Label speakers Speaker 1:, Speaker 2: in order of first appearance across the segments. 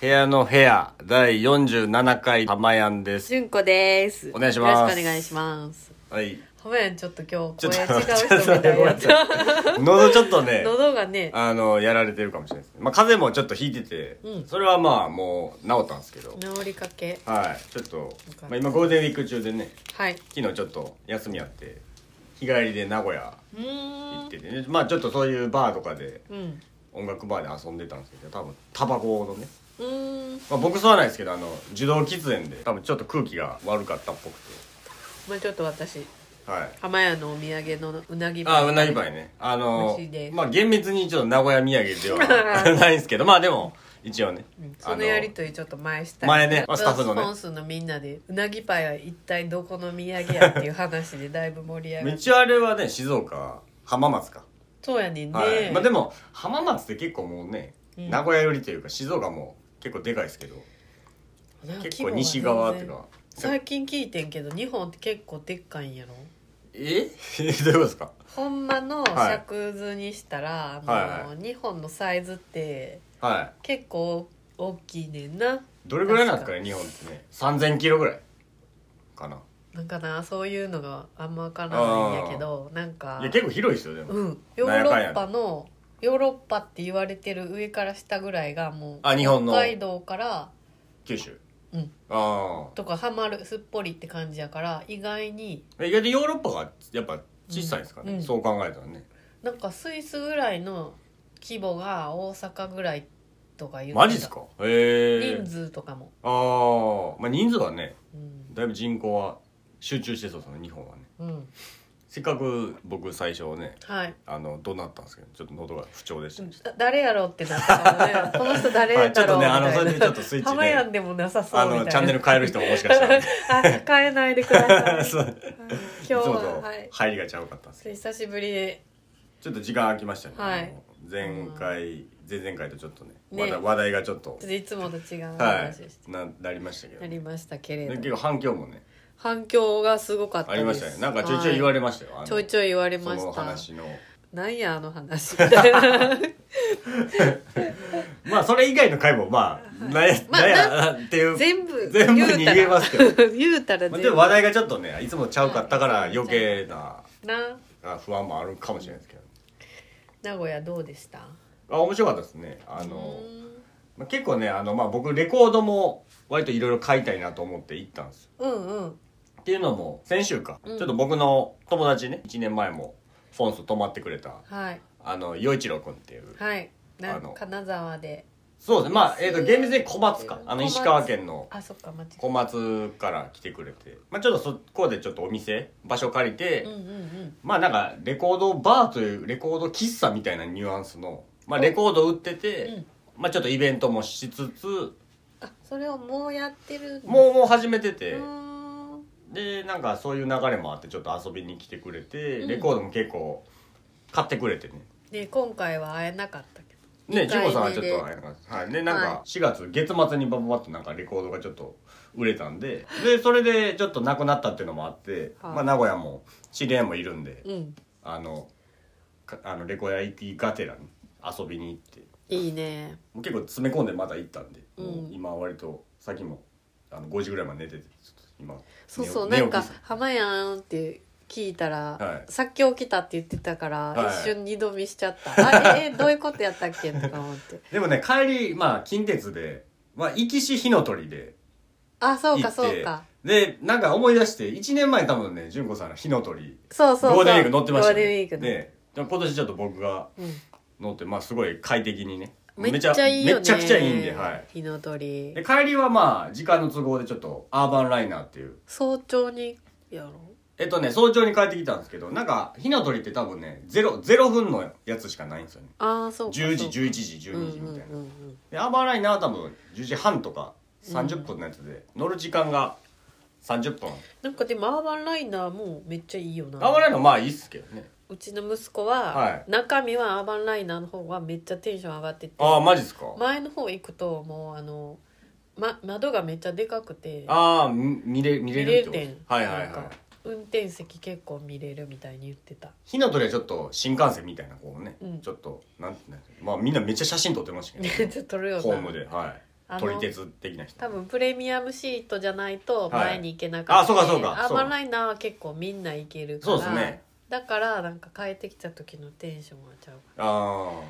Speaker 1: 部屋の部屋第47回たまやんです
Speaker 2: 純子です。
Speaker 1: お願いします
Speaker 2: よろしくお願いします。
Speaker 1: はい
Speaker 2: ごめん、ちょっと今
Speaker 1: ち
Speaker 2: 日
Speaker 1: ょっと
Speaker 2: 声違う人みたいになっ
Speaker 1: ちょっと
Speaker 2: た。
Speaker 1: 喉ちょっとね
Speaker 2: 喉がね、
Speaker 1: あのやられてるかもしれないですね、まあ、風邪もちょっとひいてて、
Speaker 2: うん
Speaker 1: それはまあもう治ったんですけど、
Speaker 2: 治りかけ。
Speaker 1: はいちょっと
Speaker 2: た、
Speaker 1: まあ、今ゴールデンウィーク中でね
Speaker 2: はい。
Speaker 1: 昨日ちょっと休みあって日帰りで名古屋
Speaker 2: うー
Speaker 1: 行っ
Speaker 2: ん。
Speaker 1: ててね、まあちょっとそういうバーとかで
Speaker 2: うん。
Speaker 1: 音楽バーで遊んでたんですけど多分タバコのね、
Speaker 2: うーん。
Speaker 1: まあ、僕吸わないですけどあの受動喫煙で多分ちょっと空気が悪かったっぽく
Speaker 2: まあちょっと私、
Speaker 1: てはい
Speaker 2: 浜屋のお土産のうなぎ
Speaker 1: あうなぎパイねあの
Speaker 2: 美味しいです
Speaker 1: まあ厳密にちょっと名古屋土産で はないんですけどまあでも一応ね、
Speaker 2: そのやりとりちょっと前したい
Speaker 1: 前ねまあスタッフの
Speaker 2: ス
Speaker 1: ね
Speaker 2: ポンスのみんなでうなぎパイは一体どこの土産やっていう話でだいぶ盛り上がっ
Speaker 1: 道あれはね静岡浜松か、
Speaker 2: そうやねんね、
Speaker 1: はいまあ、でも浜松って結構もうね、
Speaker 2: うん
Speaker 1: 名古屋寄りというか静岡も結構でかいですけど
Speaker 2: なんか
Speaker 1: 結
Speaker 2: 規模
Speaker 1: 構
Speaker 2: が
Speaker 1: 西側っていうか
Speaker 2: 最近聞いてんけど日本って結構でっかいんやろ
Speaker 1: え どういうことですか
Speaker 2: ほんまの尺図にしたら、
Speaker 1: はい
Speaker 2: あの
Speaker 1: は
Speaker 2: 日本のサイズって
Speaker 1: はい
Speaker 2: 結構大きいねんな
Speaker 1: どれぐらいなんですかね日本ってね3000キロぐらいかな
Speaker 2: なんかなそういうのがあんま分からないんやけどなんか
Speaker 1: いや結構広いですよでも、
Speaker 2: うんヨーロッパのヨーロッパって言われてる上から下ぐらいがもう
Speaker 1: あ日本の
Speaker 2: 北海道から
Speaker 1: 九州
Speaker 2: うん
Speaker 1: あ
Speaker 2: とかハマるすっぽりって感じやから意外に
Speaker 1: あ意外とヨーロッパがやっぱ小さいんですかね、
Speaker 2: うん
Speaker 1: そう考えたらね
Speaker 2: なんかスイスぐらいの規模が大阪ぐらいとか言ってた
Speaker 1: マジですかへえ
Speaker 2: 人数とかも、
Speaker 1: ああまあ人数はね
Speaker 2: うん
Speaker 1: だいぶ人口は集中してそうですね日本はね
Speaker 2: うん、
Speaker 1: せっかく僕最初ね
Speaker 2: はい
Speaker 1: あの怒鳴ったんですけどちょっと喉が不調でした、
Speaker 2: だ誰やろうってなったか らねこの人誰
Speaker 1: は
Speaker 2: や
Speaker 1: いちょっ
Speaker 2: ろう
Speaker 1: と
Speaker 2: み
Speaker 1: ねあの
Speaker 2: た
Speaker 1: そ
Speaker 2: い
Speaker 1: れ
Speaker 2: な
Speaker 1: でちょっとスイッチ
Speaker 2: 浜やん
Speaker 1: で
Speaker 2: でもなさそう
Speaker 1: あ
Speaker 2: みたい
Speaker 1: の
Speaker 2: な
Speaker 1: チャンネル変える人ももしかしたら、ね、
Speaker 2: あ 変えないでくださ い
Speaker 1: そう
Speaker 2: はい今日
Speaker 1: いつも
Speaker 2: は
Speaker 1: と
Speaker 2: はい
Speaker 1: 入りがちゃうかったんですけど
Speaker 2: 久しぶりで
Speaker 1: ちょっと時間空きましたね、
Speaker 2: はい
Speaker 1: あの前回前々回とちょっとね
Speaker 2: ね
Speaker 1: 話題話題がちょっと
Speaker 2: ちょっといつもと違
Speaker 1: は
Speaker 2: う話でし
Speaker 1: いななりましたけ
Speaker 2: た
Speaker 1: ど
Speaker 2: なりましたけれ
Speaker 1: で結
Speaker 2: ど
Speaker 1: 構反響もね
Speaker 2: 反響がすごかった
Speaker 1: あ
Speaker 2: です
Speaker 1: りましたねなんかちょいちょい言われましたよ、あ
Speaker 2: は
Speaker 1: の
Speaker 2: いちょいちょい言われま
Speaker 1: その
Speaker 2: した
Speaker 1: 話の
Speaker 2: なんやあの話みたいな
Speaker 1: まあそれ以外の回もまあなんや
Speaker 2: まあ
Speaker 1: なんやっていう
Speaker 2: 全部
Speaker 1: 全部に言えますけど
Speaker 2: ど 言うたら
Speaker 1: まあ、
Speaker 2: 全
Speaker 1: で
Speaker 2: 部
Speaker 1: も話題がちょっとねいつもちゃうかったから
Speaker 2: はい
Speaker 1: 余計な
Speaker 2: な
Speaker 1: あ不安もあるかもしれないですけど
Speaker 2: 名古屋どうでした
Speaker 1: あ面白かったですねあの、まあ、結構ねあの、まあ、僕レコードも割といろいろ買いたいなと思って行ったんですよ
Speaker 2: うーんうんうん
Speaker 1: っていうのも先週か、
Speaker 2: うん
Speaker 1: ちょっと僕の友達ね1年前もフォンス泊まってくれた
Speaker 2: はい
Speaker 1: あの陽一郎君っていう
Speaker 2: はいな
Speaker 1: あの
Speaker 2: 金沢で
Speaker 1: そうですねまあ、えー、と厳密に小松かあの
Speaker 2: 小松
Speaker 1: 石川県の
Speaker 2: あそっか間違えた
Speaker 1: 小松から来てくれて、まあ、ちょっとそこでちょっとお店場所借りて、
Speaker 2: うんうんうん
Speaker 1: まあなんかレコードバーというレコード喫茶みたいなニュアンスの、まあ、レコード売ってて、
Speaker 2: うん
Speaker 1: まあ、ちょっとイベントもしつつ
Speaker 2: あそれをもうやってるんだ
Speaker 1: もうもう始めて
Speaker 2: う
Speaker 1: て、
Speaker 2: ーん
Speaker 1: でなんかそういう流れもあってちょっと遊びに来てくれて、
Speaker 2: うん
Speaker 1: レコードも結構買ってくれてね。
Speaker 2: で今回は会えなかったけ
Speaker 1: ね、
Speaker 2: 二
Speaker 1: ジ
Speaker 2: 回目
Speaker 1: モさんはちょっ
Speaker 2: で
Speaker 1: とあれなんかはい、でなん
Speaker 2: はい
Speaker 1: か4月月末にバババッとなんかレコードがちょっと売れたんででそれでちょっとなくなったっていうのもあって、
Speaker 2: はい
Speaker 1: まあ、名古屋も知り合いもいるんで
Speaker 2: どうん
Speaker 1: あのかあのレコヤ IT がてらに遊びに行って
Speaker 2: いいね
Speaker 1: もう結構詰め込んでまだ行ったんで、
Speaker 2: うん
Speaker 1: もう今割と先もあの5時ぐらいまで寝ててちょっと今
Speaker 2: そうそう
Speaker 1: 寝
Speaker 2: な
Speaker 1: 起
Speaker 2: ん
Speaker 1: き寝
Speaker 2: か
Speaker 1: 起きです
Speaker 2: 「浜やん」って聞いたら、
Speaker 1: はい
Speaker 2: さっき起きたって言ってたから、
Speaker 1: はい
Speaker 2: 一瞬二度見しちゃった「あれえどういうことやったっけ?」とか 思って
Speaker 1: でもね帰りまあ近鉄で、まあ、行きし火の鳥で
Speaker 2: あ
Speaker 1: 行
Speaker 2: そ
Speaker 1: っ
Speaker 2: う
Speaker 1: て
Speaker 2: かそうか
Speaker 1: でなんか思い出して1年前多分ね純子さんが火の鳥
Speaker 2: そうそうそう
Speaker 1: ゴールデンウィーク乗ってましたね
Speaker 2: ゴールデンウィークね
Speaker 1: ねでも今年ちょっと僕が
Speaker 2: うん
Speaker 1: 乗ってまあすごい快適にね
Speaker 2: めっちゃいいよね
Speaker 1: めちゃくちゃいいんではい
Speaker 2: 火の鳥
Speaker 1: で帰りはまあ時間の都合でちょっとアーバンライナーっていう
Speaker 2: 早朝にやろ
Speaker 1: えっとね早朝に帰ってきたんですけどなんか火の鳥って多分ね 0, ゼロ分のやつしかないんですよね
Speaker 2: ああそうか
Speaker 1: 10時
Speaker 2: そうか
Speaker 1: 11時12時みたいな、
Speaker 2: うんうんうんうん
Speaker 1: でアーバーライナーは多分10時半とか30分のやつで、乗る時間が30分
Speaker 2: なんかでもアーバンライナーもめっちゃいいよな
Speaker 1: アーバーライナーまあいいっすけどね
Speaker 2: うちの息子
Speaker 1: は
Speaker 2: は中身はアーバンライナーの方がめっちゃテンション上がってて
Speaker 1: ああマジっすか、
Speaker 2: 前の方行くともうあの、ま、窓がめっちゃでかくて
Speaker 1: ああみ見れ見れるってこと
Speaker 2: 見れる点
Speaker 1: はいはい
Speaker 2: なん
Speaker 1: は
Speaker 2: か運転席結構見れるみたいに言ってた
Speaker 1: 火の鳥はちょっと新幹線みたいなこうね、
Speaker 2: うん
Speaker 1: ちょっとなんていうんだっけまあみんなめっちゃ写真撮ってましたけど、
Speaker 2: めっ ちゃ撮るよな
Speaker 1: ホームではい
Speaker 2: あの
Speaker 1: 撮り鉄的な人
Speaker 2: 多分プレミアムシートじゃないと前に行けな
Speaker 1: は
Speaker 2: か
Speaker 1: い
Speaker 2: っ
Speaker 1: あ
Speaker 2: た
Speaker 1: そ
Speaker 2: り、
Speaker 1: うかそうか
Speaker 2: アー
Speaker 1: そう
Speaker 2: マンライナーは結構みんな行けるから
Speaker 1: そうですね
Speaker 2: だからなんか帰ってきた時のテンションはちゃう
Speaker 1: ああ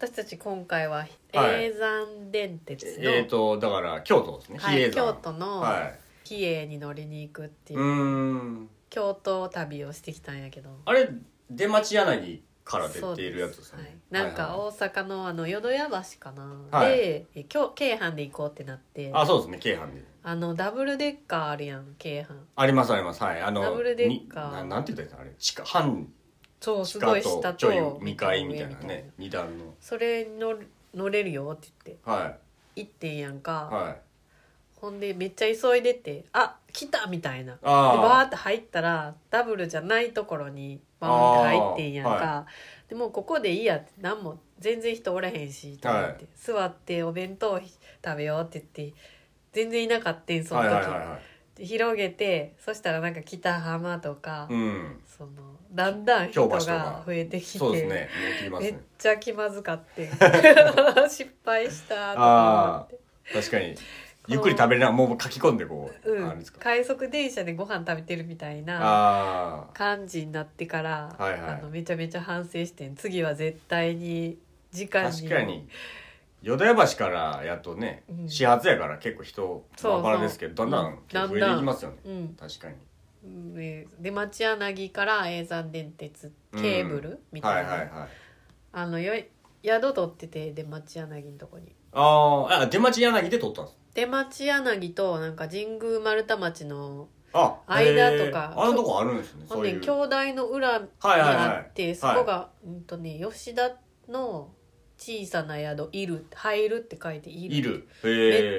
Speaker 2: 私たち今回は
Speaker 1: はい
Speaker 2: 永山電鉄の、
Speaker 1: えっ、ー、とだから京都ですね、
Speaker 2: は
Speaker 1: 比叡
Speaker 2: い、
Speaker 1: 山
Speaker 2: 京都の
Speaker 1: はい
Speaker 2: 比叡に乗りに行くっていう
Speaker 1: う、ーん
Speaker 2: 京都旅をしてきたんやけど
Speaker 1: あれ出町柳から出ているやつです
Speaker 2: そうで
Speaker 1: ね
Speaker 2: すはいなんか
Speaker 1: はいはい
Speaker 2: 大阪のあの淀屋橋かな、
Speaker 1: はい
Speaker 2: でえ京京阪で行こうってなって
Speaker 1: あそうですね京阪で
Speaker 2: あのダブルデッカーあるやん京阪
Speaker 1: ありますありますはいあの
Speaker 2: ダブルデッカー
Speaker 1: にななんて言ったらいいんですかあれ地下半
Speaker 2: そうす
Speaker 1: 地
Speaker 2: ごい
Speaker 1: 下
Speaker 2: 下
Speaker 1: と
Speaker 2: と
Speaker 1: ちょい2階みたいな
Speaker 2: 上
Speaker 1: ね二段の
Speaker 2: それに乗る乗れるよって言って
Speaker 1: は
Speaker 2: 行ってんやん
Speaker 1: い
Speaker 2: か、
Speaker 1: はい
Speaker 2: ほんでめっちゃ急いでてあ来たみたいなで
Speaker 1: あー
Speaker 2: バーって入ったらダブルじゃないところにバーンって入ってんやんか、
Speaker 1: あーは
Speaker 2: でもうここでいいやって何も全然人おらへんしと思って、
Speaker 1: はい
Speaker 2: 座ってお弁当食べようって言って全然いなかったんその
Speaker 1: はい
Speaker 2: 時、
Speaker 1: はいはいはい
Speaker 2: で広げてそしたらなんか北浜とか、
Speaker 1: うん
Speaker 2: そのだんだん
Speaker 1: 京
Speaker 2: 人
Speaker 1: 橋と
Speaker 2: が
Speaker 1: か
Speaker 2: 増えてきて
Speaker 1: そうですねもう切ります
Speaker 2: めっ
Speaker 1: ね
Speaker 2: ちゃ気まずかって 失敗したと
Speaker 1: あ
Speaker 2: か思って
Speaker 1: あ確かにゆっくり食べれなもう書き込んでこう、
Speaker 2: う
Speaker 1: あれ
Speaker 2: ん
Speaker 1: です、か
Speaker 2: 快速電車でご飯食べてるみたいな
Speaker 1: ああ
Speaker 2: 感じになってから、
Speaker 1: はいはい
Speaker 2: あのめちゃめちゃ反省してん次は絶対に時間に
Speaker 1: 確かに淀屋橋からやっとね、
Speaker 2: うん
Speaker 1: 始発やから結構人
Speaker 2: そうそ
Speaker 1: バラ
Speaker 2: う
Speaker 1: バラですけどだんだん
Speaker 2: だんだん
Speaker 1: 増えていきますよね、
Speaker 2: うん
Speaker 1: 確かに
Speaker 2: うんで出町柳から永山電鉄ケーブルみ
Speaker 1: は
Speaker 2: た
Speaker 1: い
Speaker 2: い
Speaker 1: はいはい
Speaker 2: なあのよい宿取ってて出町柳のとこに
Speaker 1: あーあ出町柳で撮ったんです
Speaker 2: 出町柳となんか神宮丸太町の
Speaker 1: あ
Speaker 2: 間とか
Speaker 1: へーあのとこあるんですね
Speaker 2: ほ
Speaker 1: そ
Speaker 2: ん
Speaker 1: う
Speaker 2: で
Speaker 1: いう
Speaker 2: 兄弟の裏に
Speaker 1: はいはいはい
Speaker 2: あってそこがうんとね吉田の小さな宿いる入るって書いている
Speaker 1: いる
Speaker 2: めっ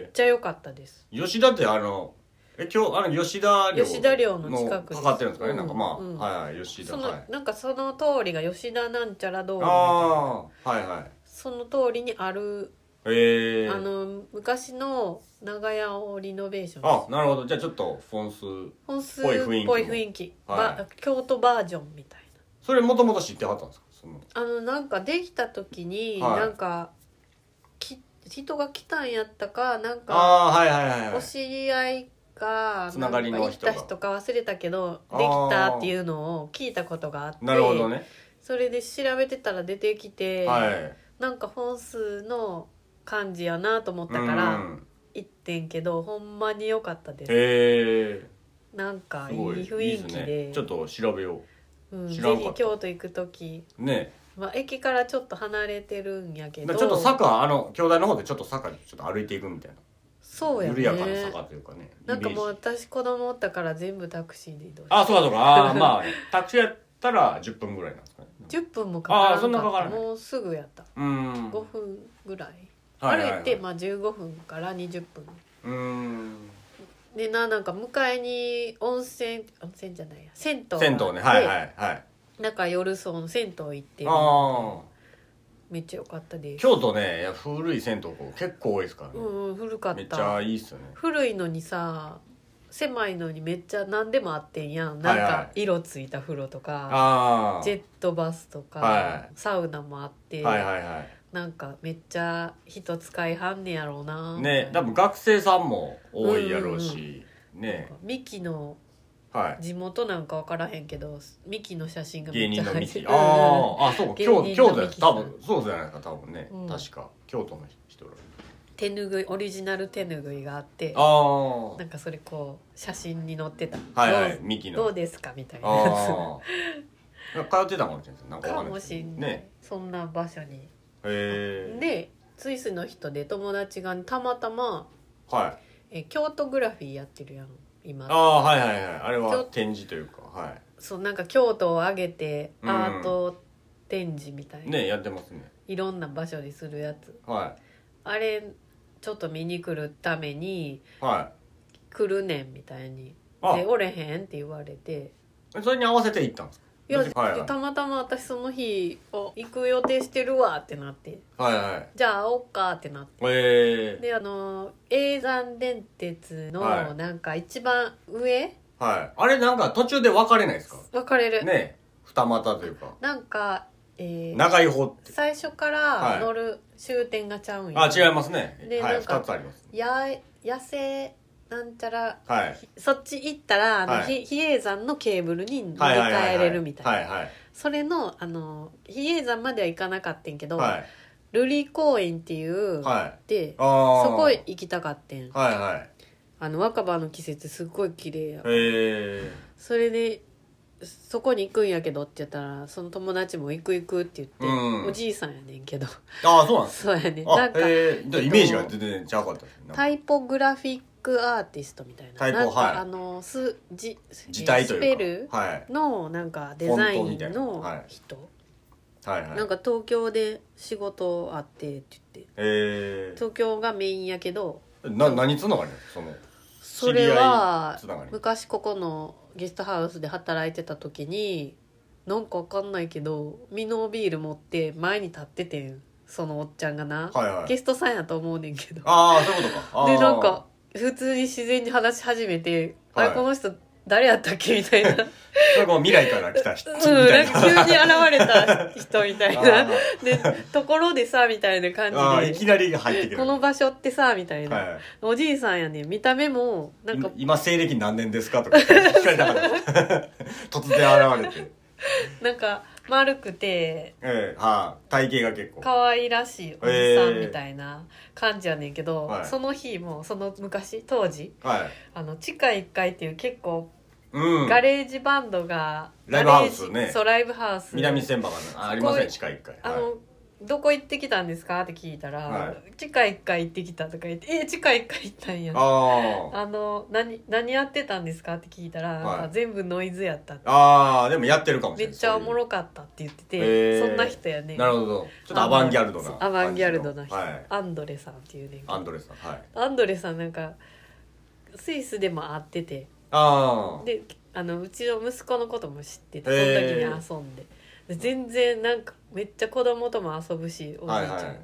Speaker 1: へ
Speaker 2: ちゃ良かったです
Speaker 1: え吉田ってあのえ今日あの吉田寮
Speaker 2: 吉田寮の近くです
Speaker 1: かかってるんですかね、
Speaker 2: うん
Speaker 1: なんかまあ、
Speaker 2: うん
Speaker 1: はいはい吉田は
Speaker 2: そ
Speaker 1: い
Speaker 2: のなんかその通りが吉田なんちゃら通りみたいな
Speaker 1: ああはいは
Speaker 2: その通りにある
Speaker 1: いへえ
Speaker 2: あの昔の長屋をリノベーション
Speaker 1: あなるほどじゃあちょっとフォンス
Speaker 2: 本数っ
Speaker 1: ぽい雰囲気も
Speaker 2: ぽい雰囲気
Speaker 1: はい
Speaker 2: ば京都バージョンみたいな
Speaker 1: それもともと知ってはったんですかその
Speaker 2: あのなんかできた時に
Speaker 1: はい
Speaker 2: なんかき人が来たんやったかなんか
Speaker 1: ああはいはいはいはい
Speaker 2: お知り合いが
Speaker 1: つながりの人
Speaker 2: な
Speaker 1: が
Speaker 2: んか行った人か忘れたけど
Speaker 1: あ
Speaker 2: でき
Speaker 1: ー
Speaker 2: たっていうのを聞いたことがあって
Speaker 1: なるほどね、
Speaker 2: それで調べてたら出てきて、
Speaker 1: はい
Speaker 2: なんか本数の感じやなと思ったから
Speaker 1: うん
Speaker 2: 行ってんけど、ほんまに良かったです
Speaker 1: へえ
Speaker 2: なんか
Speaker 1: す
Speaker 2: いい
Speaker 1: ごい
Speaker 2: 雰
Speaker 1: いい
Speaker 2: 囲
Speaker 1: です
Speaker 2: 気で
Speaker 1: ねちょっと調べよ
Speaker 2: うん、
Speaker 1: 知
Speaker 2: ぜ
Speaker 1: らんかった
Speaker 2: ひ京都行く時、
Speaker 1: うね
Speaker 2: まあ、駅からちょっと離れてるんやけ
Speaker 1: ち
Speaker 2: ど
Speaker 1: ょっと坂あの兄弟の方でちょっと坂ちょっと歩いていくみたいな
Speaker 2: そうやね
Speaker 1: 緩やかな坂というかね
Speaker 2: なんかもう
Speaker 1: イメージ
Speaker 2: 私子供おったから全部タクシーで移動して
Speaker 1: あそうかそうか あーまあタクシーやったら10分ぐらいなんですかね
Speaker 2: 10分もかから
Speaker 1: あーそんなかから
Speaker 2: ん
Speaker 1: な
Speaker 2: か
Speaker 1: い
Speaker 2: ったもうすぐやった
Speaker 1: うーん
Speaker 2: 5分ぐらい
Speaker 1: ははは
Speaker 2: 歩いてまあ15分から20分
Speaker 1: うーん
Speaker 2: でななんか迎えに温泉温泉じゃないや銭湯
Speaker 1: 銭湯ねはいはいいはい
Speaker 2: なんか夜その銭湯行って
Speaker 1: ああ
Speaker 2: めっちゃ良かったです
Speaker 1: 京都ねいや古い銭湯こう結構多いですから
Speaker 2: う
Speaker 1: ね
Speaker 2: んうん古かっ
Speaker 1: めっちゃ
Speaker 2: た
Speaker 1: いいっすよね
Speaker 2: 古いのにさ狭いのにめっちゃ何でもあってんやんなん
Speaker 1: はい
Speaker 2: か
Speaker 1: は
Speaker 2: 色ついた風呂とか
Speaker 1: ああ
Speaker 2: ジェットバスとか
Speaker 1: は
Speaker 2: サウナもあって
Speaker 1: はいはいはい
Speaker 2: なんかめっちゃ人使いはんねやろうな
Speaker 1: ね多分学生さんも多いやろうし、ね
Speaker 2: ミキの
Speaker 1: は
Speaker 2: 地元なんか分からへんけどミキの写真
Speaker 1: い
Speaker 2: が
Speaker 1: 芸
Speaker 2: めっちゃ
Speaker 1: 人の
Speaker 2: 入
Speaker 1: ミ
Speaker 2: って
Speaker 1: キ
Speaker 2: る
Speaker 1: あああそうか
Speaker 2: 芸
Speaker 1: 京
Speaker 2: 人
Speaker 1: 京都
Speaker 2: のミ
Speaker 1: や
Speaker 2: キさん
Speaker 1: 多分そうじゃないですか多分ね、
Speaker 2: うん
Speaker 1: 確か京都の人ら
Speaker 2: 手ぬぐいオリジナル手ぬぐいがあって
Speaker 1: あ
Speaker 2: なんかそれこう写真に載ってた
Speaker 1: あはいはい
Speaker 2: どう
Speaker 1: ミキ
Speaker 2: どう
Speaker 1: の
Speaker 2: ですかみたいなや
Speaker 1: ああなんか通ってたかもしれないですねなん
Speaker 2: つ
Speaker 1: かわ
Speaker 2: か
Speaker 1: んない
Speaker 2: も
Speaker 1: です
Speaker 2: し
Speaker 1: けど
Speaker 2: んない、
Speaker 1: ね
Speaker 2: そんな場所に
Speaker 1: へえ
Speaker 2: でスイスの人で友達がたまたま
Speaker 1: はい
Speaker 2: え京都グラフィーやってるやん今
Speaker 1: ああはいはいはいあれ
Speaker 2: 京
Speaker 1: は展示というかは
Speaker 2: そうなんか京都を挙げて
Speaker 1: うん
Speaker 2: アート展示みたい
Speaker 1: い
Speaker 2: な、
Speaker 1: ねやってますね
Speaker 2: いろんな場所でするやつ
Speaker 1: は
Speaker 2: あれちょっと見に来るために
Speaker 1: いはい
Speaker 2: 来るねんみたいに
Speaker 1: あ
Speaker 2: で「おれへん?」って言われて
Speaker 1: それに合わせて行ったんですか
Speaker 2: 「いや、
Speaker 1: はいはい
Speaker 2: でたまたま私その日お行く予定してるわ」ってなって
Speaker 1: はいはい
Speaker 2: 「じゃあ会おっか」ってなって。
Speaker 1: ええ
Speaker 2: であの永山電鉄
Speaker 1: はい
Speaker 2: のなんか一番上、
Speaker 1: はいあれなんか途中で分かれないですか
Speaker 2: 分かれる、
Speaker 1: ね二股というか
Speaker 2: なんか、えー
Speaker 1: 長い方って
Speaker 2: 最初か
Speaker 1: は
Speaker 2: ら
Speaker 1: い
Speaker 2: 乗る終点がちゃうんや、
Speaker 1: あ違いますね
Speaker 2: で
Speaker 1: はい
Speaker 2: なんか
Speaker 1: 二つあります
Speaker 2: や野生なんちゃら
Speaker 1: はい
Speaker 2: そっち行ったらあの、
Speaker 1: はい
Speaker 2: ひ比叡山のケーブルに乗り
Speaker 1: はいはいは
Speaker 2: 換え
Speaker 1: い
Speaker 2: れるみたいな、
Speaker 1: はいはい
Speaker 2: それのあの比叡山までは行かなかったんけど、
Speaker 1: はい
Speaker 2: 瑠璃公園っていう、
Speaker 1: はい
Speaker 2: で
Speaker 1: あー
Speaker 2: そこへ行きたかってん
Speaker 1: はいはい
Speaker 2: あの若葉の季節すっごい綺麗や
Speaker 1: え
Speaker 2: それでそこに行くんやけどって言ったらその友達も行く行くって言って、
Speaker 1: うん
Speaker 2: おじいさんやねんけど
Speaker 1: ー、ああそうなんです
Speaker 2: そうやね
Speaker 1: あ
Speaker 2: なんか
Speaker 1: えー、じゃあイメージが全然ちゃうかったですねなんか
Speaker 2: タイポグラフィックアーティストみたいな
Speaker 1: タイポ
Speaker 2: なんか、
Speaker 1: はい
Speaker 2: あのすじ
Speaker 1: 字体と
Speaker 2: スペ
Speaker 1: い
Speaker 2: ル
Speaker 1: うかはい
Speaker 2: のなんかデザイ
Speaker 1: フォントみたい
Speaker 2: ン
Speaker 1: な
Speaker 2: の
Speaker 1: はい
Speaker 2: 人
Speaker 1: はいはい
Speaker 2: なんか東京で仕事あってって言って
Speaker 1: え
Speaker 2: 東京がメインやけど
Speaker 1: ー、な何つながりなのその
Speaker 2: それは
Speaker 1: 知り合いつながり
Speaker 2: 昔ここのゲストハウスで働いてた時になんかわかんないけどミノービール持って前に立っててんそのおっちゃんがな、
Speaker 1: はいはい
Speaker 2: ゲストさんやと思うねんけど
Speaker 1: ああそういうことかあー
Speaker 2: でなんか普通に自然に話し始めて「
Speaker 1: はい
Speaker 2: あれこの人誰やったっけ?」みたいなうん
Speaker 1: なんか未来から来た人みた
Speaker 2: ないん
Speaker 1: な
Speaker 2: か急に現れた人みたい
Speaker 1: あ
Speaker 2: なでところでさみたいな
Speaker 1: あ
Speaker 2: 感
Speaker 1: ーい
Speaker 2: じ
Speaker 1: きなり入ってく
Speaker 2: で「
Speaker 1: る
Speaker 2: この場所ってさ」みたいな、
Speaker 1: は
Speaker 2: おじいさんやねん見た目もないんか
Speaker 1: 今今西暦何年ですかとか 聞かれたから 突然現れて、
Speaker 2: なんか丸くて
Speaker 1: ええはい体型が結構
Speaker 2: 可愛らしいおじさんみたいな感じやねんけど、
Speaker 1: はい
Speaker 2: その日もその昔当時
Speaker 1: はい
Speaker 2: あの地下1階っていう結構
Speaker 1: うん
Speaker 2: ガレージバンドが、
Speaker 1: ライブハウスね
Speaker 2: ガレージそうライブハウス
Speaker 1: 南千葉がねあありません近い一回
Speaker 2: あ
Speaker 1: は
Speaker 2: の、どこ行ってきたんですかって聞いたら、
Speaker 1: は
Speaker 2: 地下1階行ってきたとか言って「え地下1階行ったんや」
Speaker 1: い、あ
Speaker 2: あの何何やってたんですか?」って聞いたら、
Speaker 1: はい
Speaker 2: あ全部ノイズやったって
Speaker 1: あああでもやってるかもし
Speaker 2: め
Speaker 1: れ
Speaker 2: っ
Speaker 1: ない
Speaker 2: ちゃおもろかったって言ってて
Speaker 1: そういう
Speaker 2: そんな人やね
Speaker 1: そういうなるほどちょっとアバンギャルドな
Speaker 2: あ
Speaker 1: 感じ
Speaker 2: のそう
Speaker 1: の
Speaker 2: アバンギャルドな人、
Speaker 1: はい
Speaker 2: アンドレさんっていうねんけど
Speaker 1: アンドレさんはい
Speaker 2: アンドレさんなんかスイスでも会ってて
Speaker 1: ああ
Speaker 2: であのうちの息子のことも知っててその
Speaker 1: へ
Speaker 2: 時に遊
Speaker 1: ー
Speaker 2: んでで全然なんかめっちゃ子供とも遊ぶしおじいちゃん、
Speaker 1: はいはい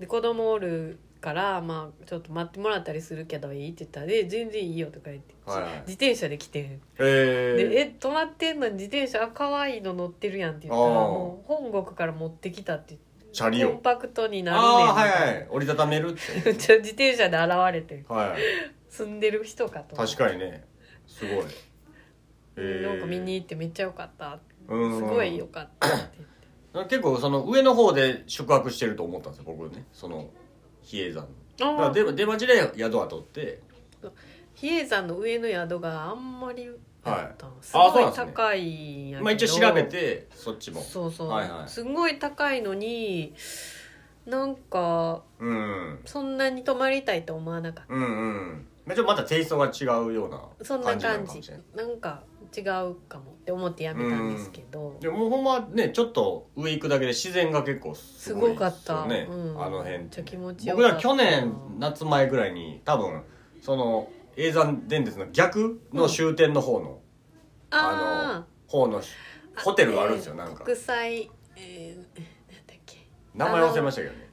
Speaker 2: で子供おるから、まあ、ちょっと待ってもらったりするけどいいって言ったら「で全然いいよ」とか言って、
Speaker 1: はいはい
Speaker 2: 自転車で来てん
Speaker 1: え
Speaker 2: で「
Speaker 1: え
Speaker 2: え止まってんのに自転車あ可愛いの乗ってるやん」って言ったら
Speaker 1: あー
Speaker 2: もう本国から持ってきたって言って
Speaker 1: チャリ
Speaker 2: コン
Speaker 1: を
Speaker 2: パクトになるねん
Speaker 1: ああーはい はい折りたためるって
Speaker 2: めっちゃ自転車で現れて
Speaker 1: はい
Speaker 2: 住んでる人かと思って
Speaker 1: 確かにねすごい
Speaker 2: なんか見に行ってめっちゃ良かった
Speaker 1: うん
Speaker 2: すごい良かったって言って
Speaker 1: 結構その上の方で宿泊してると思ったんですよ僕ねその比叡山のだか
Speaker 2: あ
Speaker 1: ら出
Speaker 2: ー
Speaker 1: 出町で宿は取って
Speaker 2: 比叡山の上の宿があんまりやったのす
Speaker 1: あそう
Speaker 2: ご
Speaker 1: ないんですね
Speaker 2: 高いんやけど
Speaker 1: まあ一応調べてそっちも
Speaker 2: そうそう、
Speaker 1: はいはい
Speaker 2: すごい高いのになんか
Speaker 1: うん
Speaker 2: そんなに泊まりたいと思わなかっ
Speaker 1: うんうんまあちょっとまたテイストが違うよう
Speaker 2: た
Speaker 1: な
Speaker 2: そんな
Speaker 1: 感じな
Speaker 2: 感
Speaker 1: のか
Speaker 2: じ
Speaker 1: もしれない
Speaker 2: なんか違うかもって思ってやめたんですけど、
Speaker 1: でもほんまねちょっと上行くだけで自然が結構す
Speaker 2: す
Speaker 1: ごい
Speaker 2: ご
Speaker 1: ですよ
Speaker 2: かった、
Speaker 1: ね、
Speaker 2: うん
Speaker 1: あの辺
Speaker 2: めっちゃ気持ちよ
Speaker 1: 僕
Speaker 2: かった
Speaker 1: ら去年夏前ぐらいに多分その叡山電鉄の逆の終点の方の、
Speaker 2: あ
Speaker 1: 方の
Speaker 2: あ
Speaker 1: ホテルがあるんですよなんか
Speaker 2: 国際、えー、なんだっけ
Speaker 1: 名前忘れましたけどね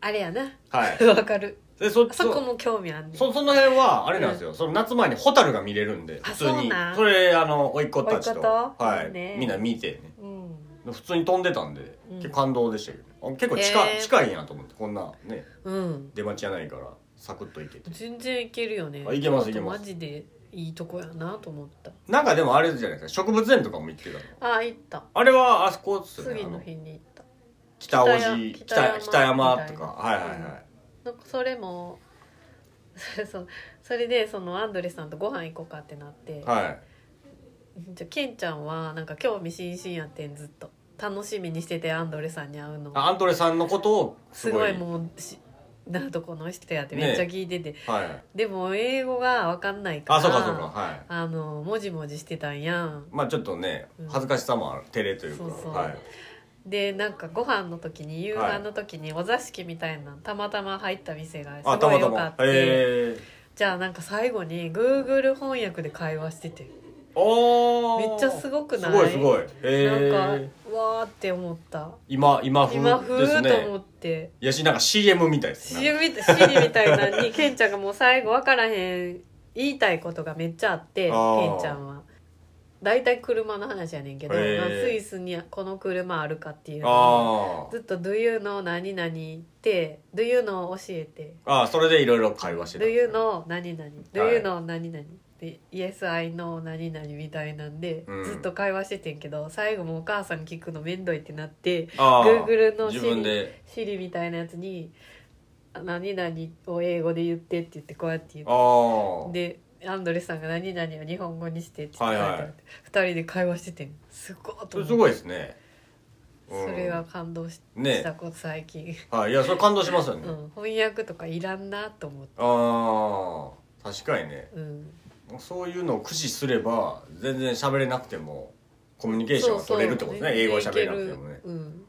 Speaker 2: あれやな
Speaker 1: はい
Speaker 2: わかる
Speaker 1: でそ
Speaker 2: あそこも興味あんねん
Speaker 1: そその辺はあれなんですよ、その夏前にホタルが見れるんで
Speaker 2: あ
Speaker 1: 普通
Speaker 2: そう
Speaker 1: に
Speaker 2: なん
Speaker 1: それあの甥っ子たち
Speaker 2: 甥っ
Speaker 1: と
Speaker 2: 子と
Speaker 1: はい、
Speaker 2: ね
Speaker 1: みんな見てね
Speaker 2: うん
Speaker 1: 普通に飛んでたんで、
Speaker 2: うん
Speaker 1: 結構感動でしたけどね、あ結構近,、
Speaker 2: へー
Speaker 1: 近いんやと思ってこんなね
Speaker 2: うん
Speaker 1: 出待ちやないからサクッと行けて
Speaker 2: 全然いけるよね
Speaker 1: あいけます
Speaker 2: 京都
Speaker 1: いけます
Speaker 2: マジでいいとこやなと思った
Speaker 1: なんかでもあれじゃないですか植物園とかも行ってたの
Speaker 2: あ行った
Speaker 1: あれはあそこっすよね
Speaker 2: 次
Speaker 1: あ
Speaker 2: の
Speaker 1: の
Speaker 2: 日に行った
Speaker 1: 北大路
Speaker 2: 北
Speaker 1: 北
Speaker 2: 北
Speaker 1: 北
Speaker 2: 山
Speaker 1: 山とかはいはいはい、
Speaker 2: なんかそれも そうそれでそのアンドレさんとご飯行こうかってなって、
Speaker 1: はい
Speaker 2: じゃケンちゃんはなんか興味津々やってんずっと楽しみにしててアンドレさんに会うの
Speaker 1: アントレさんのことを
Speaker 2: す
Speaker 1: すご
Speaker 2: ご
Speaker 1: い
Speaker 2: いもうしなんとこの人やって
Speaker 1: ね
Speaker 2: めっちゃ聞いてて、
Speaker 1: はい
Speaker 2: でも英語が分かんないから
Speaker 1: あそうかそうかはい
Speaker 2: あのもじもじしてたんやん
Speaker 1: まあちょっとね
Speaker 2: うん
Speaker 1: 恥ずかしさもある照れというか
Speaker 2: そうそう
Speaker 1: はい
Speaker 2: でなんかご飯の時に夕飯の時にお座敷みたいなたまたま入った店がす
Speaker 1: あた
Speaker 2: ご
Speaker 1: ま
Speaker 2: い
Speaker 1: た
Speaker 2: 良かっ
Speaker 1: ま
Speaker 2: た
Speaker 1: ええ
Speaker 2: じゃあなんか最後に Google 翻訳で会話してて、
Speaker 1: おー
Speaker 2: めっちゃすごくない
Speaker 1: すごいすごいえ
Speaker 2: なん
Speaker 1: え
Speaker 2: かわーって思った
Speaker 1: 今今
Speaker 2: 今
Speaker 1: 風で
Speaker 2: 風
Speaker 1: す
Speaker 2: と思
Speaker 1: ね
Speaker 2: って、
Speaker 1: いやしなんか CM みたいです
Speaker 2: CM みたい CD みたいなのにケンちゃんがもう最後分からへん言いたいことがめっちゃあって
Speaker 1: あー
Speaker 2: ケンちゃんは大体車の話やねんけど、
Speaker 1: へー
Speaker 2: まあスイスにこの車あるかっていうの
Speaker 1: あ
Speaker 2: を
Speaker 1: ー
Speaker 2: ずっと「Do you know 何々」って「Do you know 教えて」
Speaker 1: あーそれでいろいろ会話して
Speaker 2: 「
Speaker 1: た
Speaker 2: Do you know 何々」「Do you know 何々」で「Yes I know 何々」みたいなんで、
Speaker 1: うん
Speaker 2: ずっと会話しててんけど最後もお母さん聞くのめんどいってなって
Speaker 1: あー
Speaker 2: Google の
Speaker 1: 自分で
Speaker 2: シリみたいなやつに「あ何々を英語で言って」って言ってこうやって言
Speaker 1: あ
Speaker 2: っ
Speaker 1: あ
Speaker 2: てでアンドレさんが「何々を日本語にして」って言
Speaker 1: は
Speaker 2: って
Speaker 1: いは
Speaker 2: 書い
Speaker 1: い
Speaker 2: てあって二人で会話しててんすごいと思って
Speaker 1: すごいですねうん
Speaker 2: それは感動し,、
Speaker 1: ね
Speaker 2: たこと最近、
Speaker 1: はいいやそれ感動しますよね、
Speaker 2: うん、翻訳とかいらんなと思って、
Speaker 1: ああ確かにね
Speaker 2: うん、
Speaker 1: そういうのを駆使すれば全然喋れなくてもコミュニケーションが取れるってことですね英語を喋れなくてもね
Speaker 2: うん、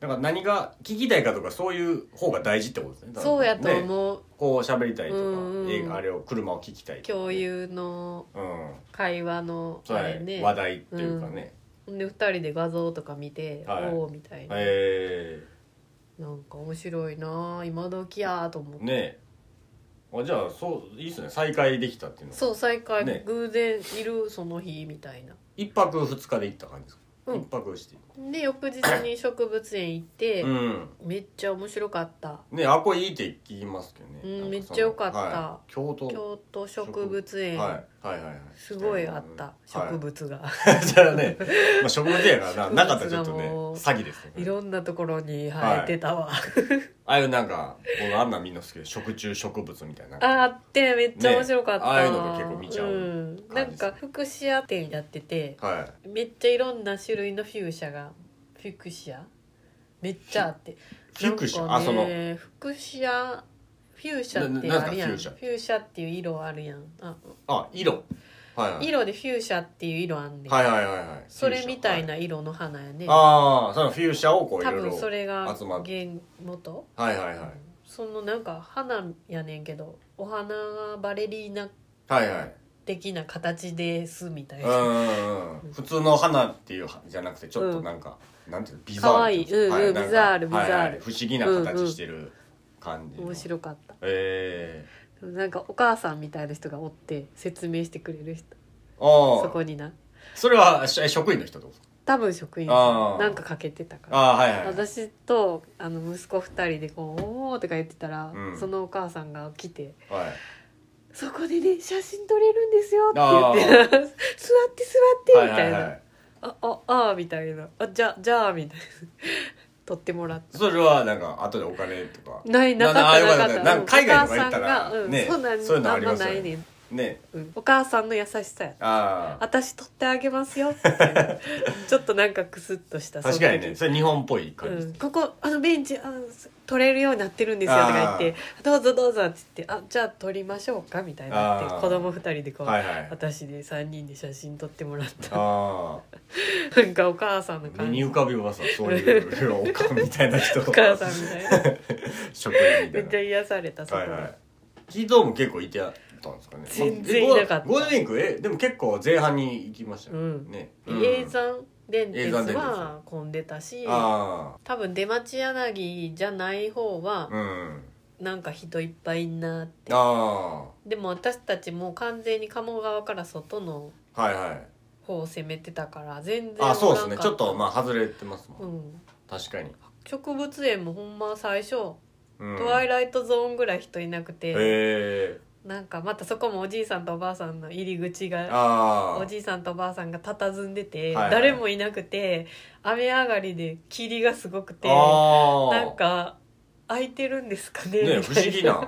Speaker 1: だから何が聞きたいかとかそういう方が大事ってことですね多分
Speaker 2: そうやと
Speaker 1: ね
Speaker 2: 思う、
Speaker 1: こう喋りたいとか、
Speaker 2: うんうん
Speaker 1: 映画あれを車を聞きたいとか
Speaker 2: 共有の
Speaker 1: うん
Speaker 2: 会話の
Speaker 1: そう
Speaker 2: あ
Speaker 1: や
Speaker 2: れ
Speaker 1: ね
Speaker 2: ね
Speaker 1: 話題っていうかね、
Speaker 2: で二人で画像とか見て「
Speaker 1: はい
Speaker 2: おお」みたいな、
Speaker 1: え
Speaker 2: なんか面白いなあ今時やと思っ
Speaker 1: ー、
Speaker 2: て、
Speaker 1: ねえあじゃあそういいっすね再会できたっていうのは
Speaker 2: そう再会、
Speaker 1: ね
Speaker 2: 偶然いるその日みたいな
Speaker 1: 一泊二日で行った感じですか、
Speaker 2: うん
Speaker 1: 一泊して
Speaker 2: で翌日に植物園行って、
Speaker 1: うん
Speaker 2: めっちゃ面白かった
Speaker 1: ねあこれいいって聞きますけどね、
Speaker 2: うん
Speaker 1: なん
Speaker 2: めっ
Speaker 1: その
Speaker 2: ちゃ良かった
Speaker 1: はい京都
Speaker 2: 京都植物園、
Speaker 1: はい、はいはいはい
Speaker 2: すごいあった、
Speaker 1: 物
Speaker 2: 植物が、
Speaker 1: じゃあね、まあ、植物や からななかったらちょっとね
Speaker 2: 植物がもう
Speaker 1: 詐欺ですよ
Speaker 2: い
Speaker 1: ね
Speaker 2: ろんなところに生えてたわ、
Speaker 1: ああいうなんか僕あんなん見んの好きで食虫植物みたいな
Speaker 2: ああってめっちゃ面白かった、
Speaker 1: ねああいうのが結構見ちゃうん感じ
Speaker 2: なんかフクシア展やってて
Speaker 1: はい
Speaker 2: めっちゃいろんな種類のフューシャがフィクシアめっちゃあって
Speaker 1: フィクシア、
Speaker 2: な
Speaker 1: あ
Speaker 2: んか
Speaker 1: その
Speaker 2: ねフクシアフューシャって
Speaker 1: なな
Speaker 2: あるやん
Speaker 1: な
Speaker 2: フ
Speaker 1: んすか
Speaker 2: ュ
Speaker 1: フ
Speaker 2: ーシャっていう色あるやんあ
Speaker 1: あ色はいはい
Speaker 2: 色でフューシャっていう色あんねん、
Speaker 1: はいはいはいはい
Speaker 2: それみたい
Speaker 1: フューシャは
Speaker 2: な色の花やね、
Speaker 1: ああそのフューシャをこうい
Speaker 2: 多
Speaker 1: ろいろ
Speaker 2: 分それが
Speaker 1: 集ま
Speaker 2: 原
Speaker 1: って
Speaker 2: 元
Speaker 1: はいはいはい
Speaker 2: そのなんか花やねんけどお花がバレリーナ
Speaker 1: はいはい
Speaker 2: 的な形ですみたい
Speaker 1: うん
Speaker 2: な
Speaker 1: うんうん普通の花っていうはじゃなくてちょっとなんか、なんていうのビザ
Speaker 2: か
Speaker 1: ー
Speaker 2: わ
Speaker 1: ル
Speaker 2: いい
Speaker 1: ってうか
Speaker 2: うんうん
Speaker 1: なんか
Speaker 2: ビザールビザール
Speaker 1: はいはい不思議な形してる感じの
Speaker 2: 面白かった
Speaker 1: え
Speaker 2: なんかお母さんみたいな人がおって説明してくれる人
Speaker 1: えああ
Speaker 2: そこにな
Speaker 1: それはし職員の人ってことですか
Speaker 2: 多分職員
Speaker 1: あ
Speaker 2: さ
Speaker 1: ー
Speaker 2: んなんかかけてたから
Speaker 1: ああはいはいはい
Speaker 2: 私とあの息子2人でこう「おお」とか言ってたら、
Speaker 1: うん
Speaker 2: そのお母さんが来て
Speaker 1: はい
Speaker 2: 「そこでね写真撮れるんですよ」って
Speaker 1: あー
Speaker 2: 言って「座って座って」み
Speaker 1: は
Speaker 2: たい
Speaker 1: い
Speaker 2: な「
Speaker 1: はいはい
Speaker 2: あああー」みたいな「あじゃじゃあ」みたいな撮ってもらって。
Speaker 1: それはなんか後でお金とか
Speaker 2: ないなか
Speaker 1: あ
Speaker 2: っ
Speaker 1: よか
Speaker 2: たなか
Speaker 1: っ
Speaker 2: ったた
Speaker 1: なんか海外とか行った
Speaker 2: お母
Speaker 1: ら
Speaker 2: さんがうん
Speaker 1: ね
Speaker 2: そんなん
Speaker 1: そういうのあり
Speaker 2: んま
Speaker 1: ますよ
Speaker 2: な
Speaker 1: ね
Speaker 2: いねん、
Speaker 1: ね
Speaker 2: うんお母さんの優しさや
Speaker 1: ああ
Speaker 2: 私取ってあげますよって いうちょっとなんかクスッとした
Speaker 1: 確かにね
Speaker 2: そ
Speaker 1: それ日本っぽい
Speaker 2: の
Speaker 1: 感
Speaker 2: 時
Speaker 1: じ
Speaker 2: う
Speaker 1: で
Speaker 2: ん、
Speaker 1: す、
Speaker 2: ここあのベンチあ取れるようになってるんですよとか言って「どうぞどうぞ」って言って「あじゃあ取りましょうか」みたいになって
Speaker 1: あー
Speaker 2: 子供二人でこう、
Speaker 1: はいはい
Speaker 2: 私で3人で写真撮ってもらった
Speaker 1: あ
Speaker 2: なんかお母さんの
Speaker 1: あ目
Speaker 2: 感
Speaker 1: に
Speaker 2: じお
Speaker 1: 浮かびますわそういうおかみたいな 人
Speaker 2: 母さんみたいな
Speaker 1: 職員みたい
Speaker 2: めっ
Speaker 1: な
Speaker 2: ちゃ癒されたそこ
Speaker 1: は
Speaker 2: で、
Speaker 1: いはい人も結構いてあったんですかね
Speaker 2: 全然いなかった
Speaker 1: ゴールデンウィークえでも結構前半に行きましたよ
Speaker 2: うん
Speaker 1: ね
Speaker 2: 永山電
Speaker 1: 永
Speaker 2: 鉄
Speaker 1: 山電鉄
Speaker 2: は混んでたし
Speaker 1: あ
Speaker 2: 多分出町柳じゃない方は
Speaker 1: あうん
Speaker 2: なんか人いっぱいいんなって
Speaker 1: あ
Speaker 2: でも私たちもう完全に鴨川から外の
Speaker 1: あはいはい
Speaker 2: 方を攻めてたから全然
Speaker 1: あそうですね
Speaker 2: おらんか
Speaker 1: ちょっとまあ外れてますもん、
Speaker 2: うん
Speaker 1: 確かに、
Speaker 2: 植物園もほんま最初、
Speaker 1: うん、
Speaker 2: トワイ
Speaker 1: へ
Speaker 2: ライトゾーンぐらい人いなくて
Speaker 1: え
Speaker 2: なんかまたそこもおじいさんとおばあさんの入り口が
Speaker 1: ああ
Speaker 2: おじいさんとおばあさんが佇んでて、
Speaker 1: はいはい
Speaker 2: 誰もいなくて雨上がりで霧がすごくて
Speaker 1: ああ
Speaker 2: なんか空いてるんですかね
Speaker 1: ね
Speaker 2: み
Speaker 1: 不
Speaker 2: た
Speaker 1: 思
Speaker 2: い
Speaker 1: 議な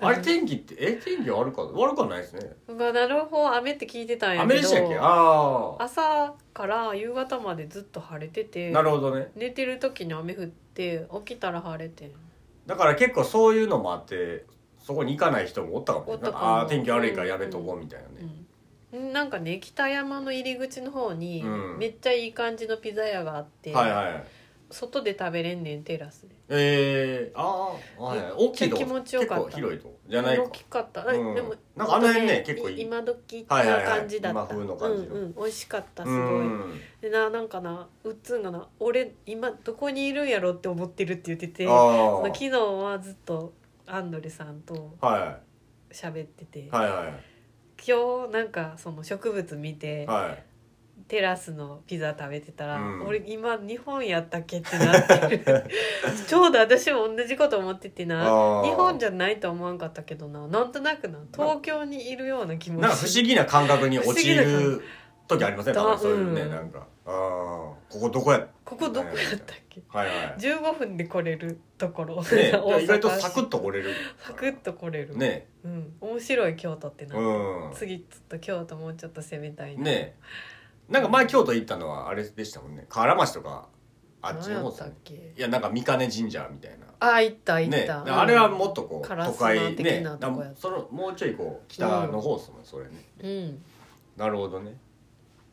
Speaker 1: あれ天気ってえ天気悪か悪くはないですね
Speaker 2: まあなるほど雨って聞いてたんやけど
Speaker 1: 雨でしたっけああ
Speaker 2: 朝から夕方までずっと晴れてて
Speaker 1: なるほどね
Speaker 2: 寝てる時に雨降って起きたら晴れてん
Speaker 1: だから結構そういうのもあってそこに行かない人もおったかも
Speaker 2: お
Speaker 1: ね
Speaker 2: ったかも
Speaker 1: ああー天気悪いからやめとこうみたいなね、
Speaker 2: うん、なんかね北山の入り口の方に、
Speaker 1: うん
Speaker 2: めっちゃいい感じのピザ屋があって、
Speaker 1: はいはい
Speaker 2: 外で食べれんねんテラスで
Speaker 1: えー、ああはいはい大きいとこ
Speaker 2: めっちゃ気持ちよかった
Speaker 1: 結構広いとこじゃないか
Speaker 2: 大きかっ
Speaker 1: う
Speaker 2: た、
Speaker 1: ん
Speaker 2: でも
Speaker 1: なんかあの辺ね結構いい
Speaker 2: 今時って
Speaker 1: はいはい
Speaker 2: いう
Speaker 1: はい
Speaker 2: 感じだった、
Speaker 1: 今風の感じの
Speaker 2: うんうん、美味しかったす
Speaker 1: う
Speaker 2: ごい、
Speaker 1: ん
Speaker 2: でななんかなうっつんがな俺今どこにいるんやろって思ってるって言ってて
Speaker 1: あ
Speaker 2: 昨日はずっとアンドレさんと
Speaker 1: あは
Speaker 2: 喋ってて、
Speaker 1: いはいはい
Speaker 2: 今日なんかその植物見て、
Speaker 1: はい
Speaker 2: テラスのピザ食べてたら、
Speaker 1: うん
Speaker 2: 俺今日本やったっけってなって るちょうど私も同じこと思ってて
Speaker 1: あ
Speaker 2: な
Speaker 1: ー
Speaker 2: 日本じゃないと思わんかったけどななんとなくな東京にいるような気持ち
Speaker 1: なんか不思議な感覚に陥
Speaker 2: 不思議な
Speaker 1: る時ありません
Speaker 2: だ
Speaker 1: かそういうね
Speaker 2: うん
Speaker 1: なんかああここどこや
Speaker 2: ここどこやったっけ
Speaker 1: はいはい
Speaker 2: 15分で来れるところ、
Speaker 1: ね
Speaker 2: 大阪
Speaker 1: 意外とサクッと来れる
Speaker 2: サクッと来れる、
Speaker 1: ね
Speaker 2: うん、面白い京都ってな、
Speaker 1: う
Speaker 2: 次ちょっと京都もうちょっと攻めたい
Speaker 1: ん
Speaker 2: な、
Speaker 1: ねなんか前京都行ったのはあれでしたもんね河原町とかあっちの方です
Speaker 2: 何や
Speaker 1: ね
Speaker 2: ったっけ
Speaker 1: いやなんか三金神社みたいな
Speaker 2: あ行った行
Speaker 1: ね
Speaker 2: った、うん
Speaker 1: あれはもっとこう
Speaker 2: 烏丸
Speaker 1: 都会
Speaker 2: 的
Speaker 1: ね
Speaker 2: なとこや
Speaker 1: だそのもうちょいこう北の方ですもんそれね
Speaker 2: うん
Speaker 1: なるほどね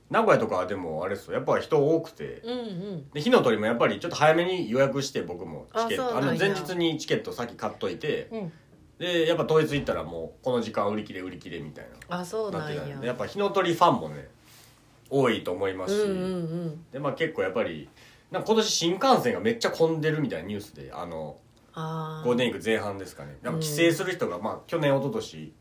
Speaker 1: 名古屋とかはでもあれですよやっぱ人多くて
Speaker 2: うんうん
Speaker 1: で火の鳥もやっぱりちょっと早めに予約して僕もチケッ
Speaker 2: あそ
Speaker 1: ト
Speaker 2: う
Speaker 1: あ
Speaker 2: な
Speaker 1: の
Speaker 2: んや
Speaker 1: 前日にチケット先買っといて
Speaker 2: うん
Speaker 1: でやっぱ当日行ったらもうこの時間売り切れ売り切れみたい
Speaker 2: あそう
Speaker 1: な
Speaker 2: な
Speaker 1: なっ
Speaker 2: ん
Speaker 1: て
Speaker 2: や
Speaker 1: たんでやっぱ火の鳥ファンもね多いと思いま
Speaker 2: うん
Speaker 1: すし、
Speaker 2: うんうん
Speaker 1: でまあ結構やっぱりなんか今年新幹線がめっちゃ混んでるみたいなニュースであの
Speaker 2: あー
Speaker 1: ゴールデンウィーク前半ですかねやっぱ帰省する人が、まあ去年一昨年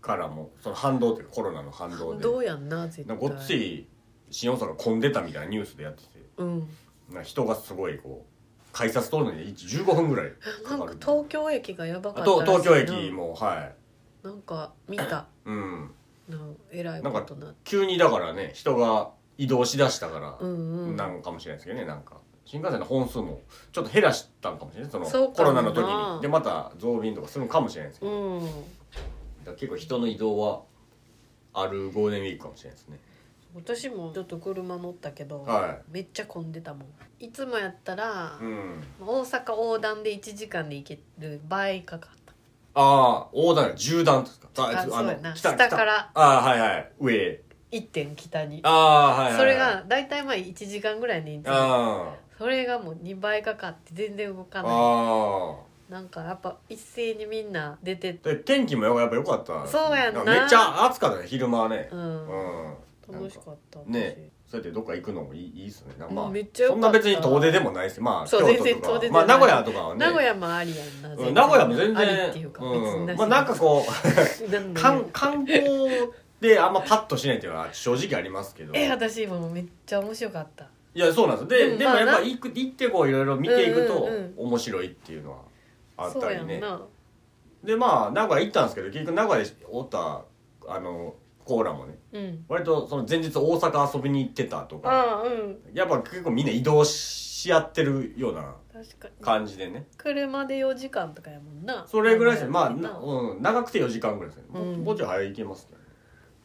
Speaker 1: からもその反動というかコロナの反動で
Speaker 2: どうやんな絶
Speaker 1: な
Speaker 2: 対
Speaker 1: んかごっつい新大阪が混んでたみたいなニュースでやってて
Speaker 2: うん、
Speaker 1: なんか人がすごいこう改札通るのに15分ぐらい
Speaker 2: な
Speaker 1: か
Speaker 2: ん
Speaker 1: か
Speaker 2: か
Speaker 1: る
Speaker 2: 東京駅がやばか
Speaker 1: あ
Speaker 2: った
Speaker 1: と東京
Speaker 2: らしいな
Speaker 1: 駅もはい
Speaker 2: なんか見た
Speaker 1: うん
Speaker 2: なんえらいことな
Speaker 1: 急にだからね人が移動しだしたから
Speaker 2: うんうん
Speaker 1: なのかもしれないですけどねなんか新幹線の本数もちょっと減らしたんかもしれないその
Speaker 2: そう
Speaker 1: コ
Speaker 2: かも
Speaker 1: ロ
Speaker 2: な
Speaker 1: ナの時にでまた増便とかするのかもしれないですけ
Speaker 2: う
Speaker 1: ど、
Speaker 2: ん
Speaker 1: だから結構人の移動はあるゴールデンウィークかもしれないですね
Speaker 2: 私もちょっと車乗ったけど、
Speaker 1: は
Speaker 2: めっちゃ混んでたもんいつもやったら、
Speaker 1: うん
Speaker 2: 大阪横断で1時間で行ける倍かかった
Speaker 1: ああ横断縦断ですか
Speaker 2: あ
Speaker 1: の
Speaker 2: そうやな
Speaker 1: 北
Speaker 2: 下から
Speaker 1: 北ああはいはい上へ
Speaker 2: 1点北に
Speaker 1: ああはいはいはい
Speaker 2: それが大体まあ1時間ぐらいで行ってた
Speaker 1: あ
Speaker 2: それがもう2倍かかって全然動
Speaker 1: あ
Speaker 2: かな
Speaker 1: あ
Speaker 2: いなんかやっぱ一斉にみんな出てっ
Speaker 1: あで天気もやっぱ良かった
Speaker 2: そうやんな
Speaker 1: めっちゃ暑かったね昼間はね
Speaker 2: う、
Speaker 1: うんん
Speaker 2: 楽しかった私
Speaker 1: ねそうやってどっか行くのもいいいいっすねなんかまあ
Speaker 2: うんめっちゃ良か
Speaker 1: そ
Speaker 2: っ
Speaker 1: ん
Speaker 2: た
Speaker 1: な別に遠出でもないしまあ
Speaker 2: そう
Speaker 1: 京
Speaker 2: 全然
Speaker 1: 都と
Speaker 2: 遠出
Speaker 1: か
Speaker 2: じゃ
Speaker 1: ま
Speaker 2: な
Speaker 1: あ
Speaker 2: い
Speaker 1: 名古屋とかはね
Speaker 2: 名古屋もありやんな、
Speaker 1: うん名古屋も全然
Speaker 2: ありっていうか、別に
Speaker 1: うん
Speaker 2: し
Speaker 1: まあなんかこ
Speaker 2: なん
Speaker 1: う
Speaker 2: だ
Speaker 1: か
Speaker 2: ろうん
Speaker 1: 観光であんまパッとしないっていうのは正直ありますけど
Speaker 2: え私今もめっちゃ面白かった
Speaker 1: いやそうなんですよで,、
Speaker 2: うん
Speaker 1: で
Speaker 2: ま
Speaker 1: も
Speaker 2: あ
Speaker 1: やっぱ
Speaker 2: な
Speaker 1: 行く行ってこういろいろ見ていく
Speaker 2: う
Speaker 1: と
Speaker 2: んうん
Speaker 1: 面白いっていうのはあっ
Speaker 2: そ
Speaker 1: た
Speaker 2: うや
Speaker 1: りね
Speaker 2: んな
Speaker 1: でまあ名古屋行ったんですけど結局名古屋でおったあのコーラもね
Speaker 2: うん
Speaker 1: 割とその前日大阪遊びに行ってたとか
Speaker 2: ああうん
Speaker 1: やっぱ結構みんな移動し合ってるような
Speaker 2: 確かに
Speaker 1: 感じでね
Speaker 2: 車で4時間とかやもんな
Speaker 1: それぐらいですねまあ、
Speaker 2: な
Speaker 1: なうん、長くて4時間ぐらいですねも
Speaker 2: うん
Speaker 1: もうちょい早い行けますけどね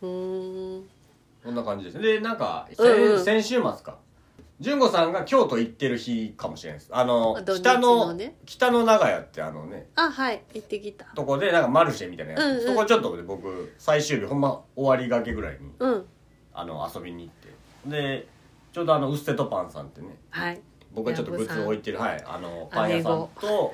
Speaker 2: うーん
Speaker 1: こんな感じですねでなんか先,、
Speaker 2: うんうん
Speaker 1: 先週末か純子さんが京都行ってる日かもしれないですあの
Speaker 2: あ土日
Speaker 1: 北
Speaker 2: の
Speaker 1: の
Speaker 2: ね
Speaker 1: 北の長屋ってあのね
Speaker 2: あはい行ってきた
Speaker 1: とこでなんかマルシェみたいなやつ、
Speaker 2: うんうん
Speaker 1: そこちょっと僕最終日ほんま終わりがけぐらいに
Speaker 2: うん
Speaker 1: あの遊びに行ってでちょうどあのウステトパンさんってね
Speaker 2: はい
Speaker 1: 僕がちょっとグッズを置いてるはいあのパン屋さ
Speaker 2: 姉
Speaker 1: んと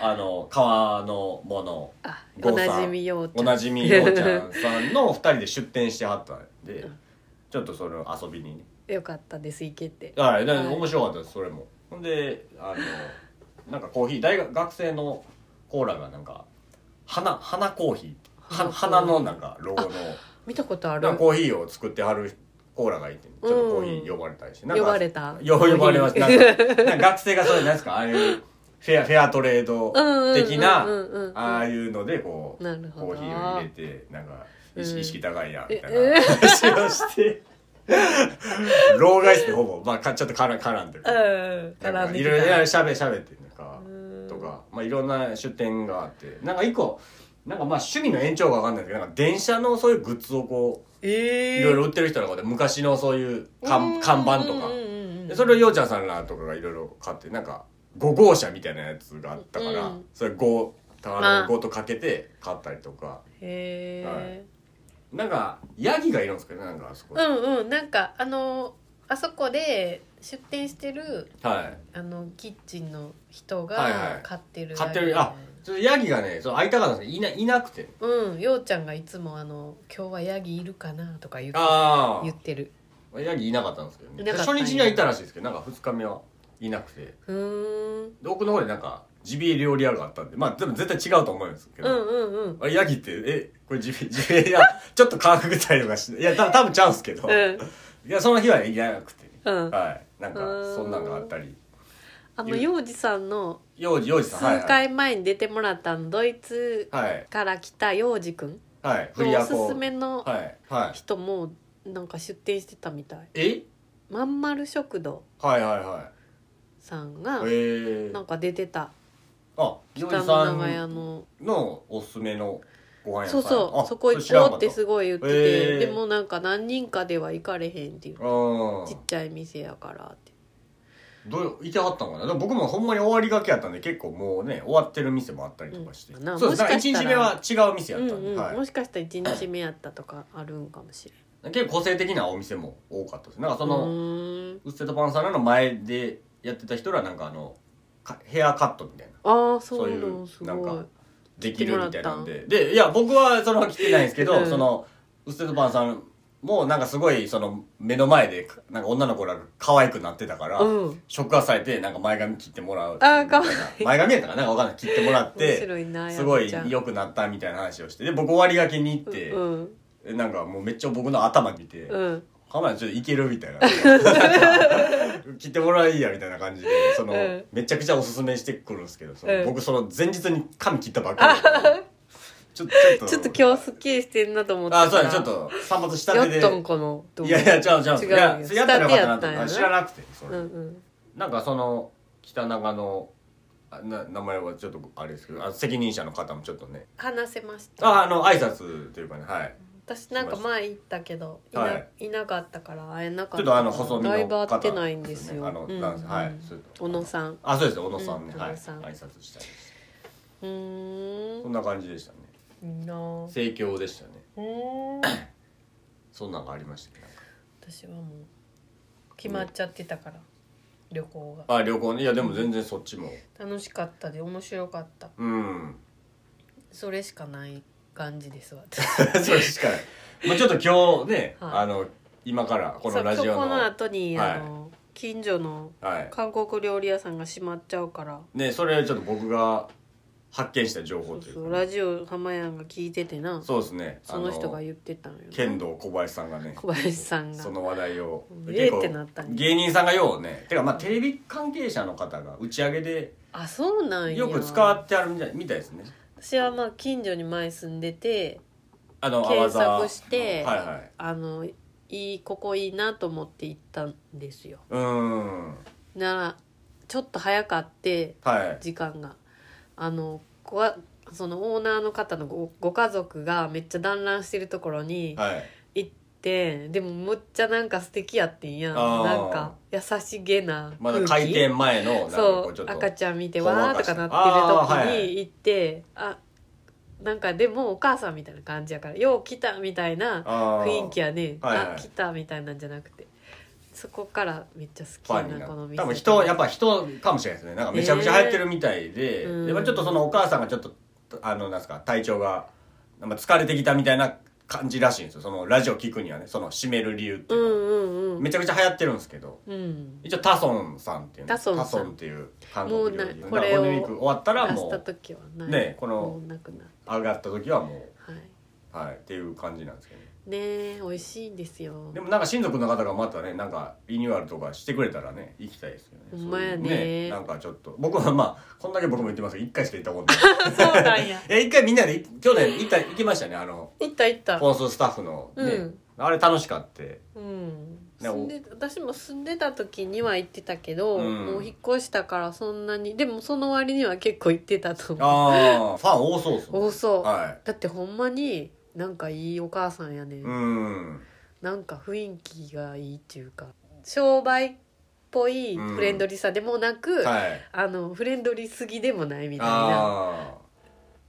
Speaker 1: あの革のもの
Speaker 2: あお
Speaker 1: 郷さん
Speaker 2: なじみようちゃん
Speaker 1: おなじみようちゃんさんの2人で出店してはったんでちょっとそれを遊びにね
Speaker 2: よかったです行けて
Speaker 1: はいだか
Speaker 2: は
Speaker 1: ら
Speaker 2: い
Speaker 1: 面白かったですそれもほんであのなんかコーヒー大学学生のコーラがなんか花花コーヒーは
Speaker 2: 花
Speaker 1: 花
Speaker 2: コーヒー
Speaker 1: のなんかロゴの
Speaker 2: 見たことある
Speaker 1: なんかコーヒーを作ってはるコーラがいてちょっとコーヒー呼ばれたりして、なんか
Speaker 2: 呼ばれた
Speaker 1: よ呼ばれました たなんかなんか学生がそういうなんですかああいうフェアフェアトレード的な
Speaker 2: うんうんうんうんうん
Speaker 1: ああいうのでこう
Speaker 2: なる
Speaker 1: コ
Speaker 2: ほ
Speaker 1: ー
Speaker 2: ど
Speaker 1: ヒーを入れてなんか意
Speaker 2: うん
Speaker 1: 識意識高いやみたい
Speaker 2: え
Speaker 1: な話をして老害ですねほぼまあかちょっと絡絡んでる
Speaker 2: うん
Speaker 1: なん
Speaker 2: 絡ん
Speaker 1: か
Speaker 2: で
Speaker 1: い
Speaker 2: き
Speaker 1: ろいろ
Speaker 2: た
Speaker 1: しゃべしゃべってなんか
Speaker 2: うん
Speaker 1: とかまあいろんな出店があってなんか一個なんかまあ趣味の延長かわかんないけどなんか電車のそういうグッズをこう
Speaker 2: ええ
Speaker 1: いろいろ売ってる人とかで昔のそういう看看板とか
Speaker 2: うんうんうんうん
Speaker 1: でそれをようちゃんさんらとかがいろいろ買ってなんか5号車みたいなやつがあったから、
Speaker 2: うん
Speaker 1: それ5
Speaker 2: あ
Speaker 1: あの5とかけて買ったりとか
Speaker 2: へえ、
Speaker 1: なんかヤギがいるんですけどねなんかあそこ、
Speaker 2: うんうんなんかあのあそこで出店してる
Speaker 1: はい
Speaker 2: あのキッチンの人
Speaker 1: はいはい
Speaker 2: が買ってる、
Speaker 1: 買ってるあちょっとヤギがねその会いたかったんですけどいないなくて
Speaker 2: うんようちゃんがいつもあの「今日はヤギいるかな?」とか言って
Speaker 1: あ
Speaker 2: 言ってる
Speaker 1: あヤギいなかったんですけど
Speaker 2: い
Speaker 1: ね
Speaker 2: なかったんや
Speaker 1: 初日にはいたらしいですけどなんか2日目はいなくて
Speaker 2: うーん
Speaker 1: で奥の方でなんかジビエ料理屋があったんでまあでも絶対違うと思うんですけ
Speaker 2: う
Speaker 1: ど、
Speaker 2: んうんうん
Speaker 1: あれヤギってえこれジビエジビエ屋ちょっと化学具体とかしていやた多分ちゃうんすけど、
Speaker 2: うん
Speaker 1: いやその日は行けなくて、
Speaker 2: うん
Speaker 1: はいなんか
Speaker 2: うん
Speaker 1: そんなんがあったり
Speaker 2: あの幼児さんの
Speaker 1: 幼児幼児さん
Speaker 2: 数
Speaker 1: はい
Speaker 2: 回前に出てもらったのドイツ
Speaker 1: はい
Speaker 2: から来た幼児くん
Speaker 1: はい、はい、フリ
Speaker 2: の
Speaker 1: ア
Speaker 2: おす
Speaker 1: コ
Speaker 2: すめの
Speaker 1: はいはい
Speaker 2: 人もなんか出店してたみたい
Speaker 1: え
Speaker 2: まんまる食堂
Speaker 1: はいはいは
Speaker 2: さんが
Speaker 1: いええ
Speaker 2: なんか出てた
Speaker 1: あ幼
Speaker 2: 北
Speaker 1: 児
Speaker 2: の
Speaker 1: さ
Speaker 2: 長屋
Speaker 1: ん
Speaker 2: の
Speaker 1: のおすすめのご飯屋さ
Speaker 2: そ
Speaker 1: ん
Speaker 2: うそう
Speaker 1: あ
Speaker 2: そこ行
Speaker 1: 知らん
Speaker 2: こう
Speaker 1: か
Speaker 2: ったてすごい言って
Speaker 1: へ
Speaker 2: て
Speaker 1: ー
Speaker 2: でもなんか何人かでは行かれへんっていう
Speaker 1: うん
Speaker 2: ちっちゃい店やからって
Speaker 1: どういてはったのかなでも僕もほんまに終わりがけやったんで結構もうね終わってる店もあったりとかして、
Speaker 2: うんな
Speaker 1: そうですだから
Speaker 2: もし
Speaker 1: 1
Speaker 2: かし
Speaker 1: 日
Speaker 2: た
Speaker 1: 目
Speaker 2: ら
Speaker 1: は違う店や
Speaker 2: う
Speaker 1: ったんで、
Speaker 2: んうん
Speaker 1: は
Speaker 2: もしかしたら1日目やったとかあるんかもしれん
Speaker 1: い、結構個性的なお店も多かったですなんかそうの
Speaker 2: ーん
Speaker 1: ウッセとパンサーラの前でやってた人らなんかあのかヘアカットみたいな
Speaker 2: ああ
Speaker 1: そ
Speaker 2: そうう
Speaker 1: い
Speaker 2: な
Speaker 1: う
Speaker 2: のす
Speaker 1: なん
Speaker 2: ご
Speaker 1: か
Speaker 2: い
Speaker 1: できるみたいなんででいや僕はその来てないんですけど、
Speaker 2: うん
Speaker 1: そのウッセとパンさんもなんかすごいその目の前でなんか女の子らが可愛くなってたから、
Speaker 2: うん
Speaker 1: 触発されてなんか前髪切ってもらう
Speaker 2: あーかわいい
Speaker 1: 前髪やったかななんかわかんない切ってもらっ
Speaker 2: 面
Speaker 1: て
Speaker 2: 白いな
Speaker 1: すご
Speaker 2: やっ
Speaker 1: い
Speaker 2: ちゃん
Speaker 1: 良くなったみたいな話をしてで僕終わりがけに行って、
Speaker 2: うん
Speaker 1: えなんかもうめっちゃ僕の頭見て
Speaker 2: うん
Speaker 1: 「カメラちょっといける?」みた いな切ってもらえいやみたいな感じでその、
Speaker 2: うん
Speaker 1: めちゃくちゃおすすめしてくるんですけどその、
Speaker 2: うん
Speaker 1: 僕その前日に髪切ったばっかりだからちょちょっ
Speaker 2: ちょっと今日すっきりしてんなと思って
Speaker 1: あそうやちょっと散髪したて
Speaker 2: や
Speaker 1: で
Speaker 2: ったんかなと思う
Speaker 1: いやいやちゃうちゃう
Speaker 2: 違う
Speaker 1: い
Speaker 2: よ
Speaker 1: やそれやったらよかったなと思っ
Speaker 2: 下手やったんやな
Speaker 1: て知らなくてそれ
Speaker 2: うんうん
Speaker 1: なんかその北長のあな名前はちょっとあれですけどあ責任者の方もちょっとね
Speaker 2: 話せました
Speaker 1: ああの挨拶というかねはい
Speaker 2: 私なんか前行ったけどいな,、、
Speaker 1: はい
Speaker 2: なかったから会えなかった
Speaker 1: ちょっとあの細身の方
Speaker 2: だいぶ会ってないんですよ
Speaker 1: あの男性はいそう
Speaker 2: 小野さん
Speaker 1: あそうです小野さんね、
Speaker 2: うん
Speaker 1: はい
Speaker 2: 小野さん
Speaker 1: 挨拶したりして
Speaker 2: うー
Speaker 1: そ
Speaker 2: ん
Speaker 1: んな感じでしたね
Speaker 2: いいな ぁ
Speaker 1: 盛況でしたね
Speaker 2: うーん
Speaker 1: そんなんがありましたねなんか
Speaker 2: 私はもう決まっちゃってたから、旅行が
Speaker 1: あ旅行ねいやでも全然そっちも
Speaker 2: 楽しかったで面白かった
Speaker 1: うん
Speaker 2: それしかない感じです私
Speaker 1: それしかないもうちょっと今日ね、
Speaker 2: はい
Speaker 1: あの今からこの
Speaker 2: そう
Speaker 1: ラジオ
Speaker 2: 今日こ
Speaker 1: の
Speaker 2: の後に、
Speaker 1: はい
Speaker 2: あの近所の
Speaker 1: はい
Speaker 2: 韓国料理屋さんが閉まっちゃうから
Speaker 1: ねそれちょっと僕が発見した情報というか
Speaker 2: そう
Speaker 1: ね、
Speaker 2: そうラジオ浜やんが聞いててなそ
Speaker 1: そうですね
Speaker 2: の
Speaker 1: あ
Speaker 2: 人が言ってたのよ
Speaker 1: 剣道小林さんがね
Speaker 2: 小林さんが
Speaker 1: その話題を
Speaker 2: えーってなったんや
Speaker 1: 芸人さんがようねてかまあテレビ関係者の方が打ち上げで
Speaker 2: あそうなんや
Speaker 1: よく使ってあるみたいみたいですね
Speaker 2: 私はまあ近所に前住んでて
Speaker 1: あの
Speaker 2: 検
Speaker 1: 泡
Speaker 2: 索
Speaker 1: 沢
Speaker 2: して
Speaker 1: はいはい
Speaker 2: あのいいここいいなと思って行ったんですよ
Speaker 1: うーん
Speaker 2: ならちょっと早かって
Speaker 1: はい
Speaker 2: 時間があのこわそのオーナーの方のごご家族がめっちゃ団らんしてるところに
Speaker 1: はい
Speaker 2: 行ってでもむっちゃなんか素敵やってんや
Speaker 1: あー
Speaker 2: なんか優しげな
Speaker 1: まだ
Speaker 2: 空気
Speaker 1: 開店前のなんかこ
Speaker 2: そう
Speaker 1: ちょっと
Speaker 2: 赤ちゃん見て
Speaker 1: ほん
Speaker 2: わ
Speaker 1: わ
Speaker 2: ー
Speaker 1: か
Speaker 2: と
Speaker 1: した
Speaker 2: かな
Speaker 1: あー
Speaker 2: ってる
Speaker 1: は
Speaker 2: 時
Speaker 1: い
Speaker 2: に行ってあ,、なんかでもお母さんみたいな感じやからよう来たみたいな
Speaker 1: あー
Speaker 2: 雰囲気やねあ,、
Speaker 1: はいはい
Speaker 2: 来たみたいなんじゃなくてそこからめっちゃ
Speaker 1: フ
Speaker 2: 好
Speaker 1: ァンに
Speaker 2: きや
Speaker 1: な
Speaker 2: なこの
Speaker 1: る
Speaker 2: 店
Speaker 1: 多分人やっぱ人かもしれないですねなんかめちゃくちゃ流行ってるみたいで、
Speaker 2: えー
Speaker 1: でまあちょっとそのお母さんがちょっとあのなんですか体調がまあ疲れてきたみたいな感じらしいんですよそのラジオ聞くにはねその締める理由って
Speaker 2: う
Speaker 1: い
Speaker 2: ん
Speaker 1: うのは、
Speaker 2: うんうん
Speaker 1: めちゃくちゃ流行ってるんですけど
Speaker 2: うん
Speaker 1: 一応タソンさんっていう
Speaker 2: タソンさん
Speaker 1: っていう韓国料理
Speaker 2: も
Speaker 1: だ
Speaker 2: うな
Speaker 1: か
Speaker 2: こ
Speaker 1: らゴ
Speaker 2: れを
Speaker 1: ールデンウィーク終わったら
Speaker 2: 出
Speaker 1: も
Speaker 2: した
Speaker 1: う
Speaker 2: 時はない
Speaker 1: ねこの
Speaker 2: もうなくなって
Speaker 1: 上がった時はも
Speaker 2: はいう
Speaker 1: はいっていう感じなんですけど、ね、
Speaker 2: ねえ美味しいんですよ
Speaker 1: でもなんか親族の方がまたねなんかリニューアルとかしてくれたらね行きたいですよね
Speaker 2: ほんまやね
Speaker 1: そういうなんかちょっと僕はまあこんだけ僕も言ってますけど1回しか行ったこと ない
Speaker 2: そうなんや
Speaker 1: いや一回みんなで去年行った行きましたねあの
Speaker 2: 行った行った
Speaker 1: 放送スタッフのね、
Speaker 2: うん
Speaker 1: あれ楽しかって
Speaker 2: うん
Speaker 1: ね
Speaker 2: 住んで私も住んでた時には行ってたけど、
Speaker 1: うん
Speaker 2: もう引っ越したからそんなにでもその割には結構行ってたと思う
Speaker 1: ああファン多そうっすね
Speaker 2: 多そう
Speaker 1: は
Speaker 2: だってほんまになんかいいお母さんやね、
Speaker 1: いうん
Speaker 2: なんか雰囲気がいいっていうか商売っぽいフレンドリーさでもなく、
Speaker 1: はい
Speaker 2: あのフレンドリーすぎでもないみたいな
Speaker 1: ああ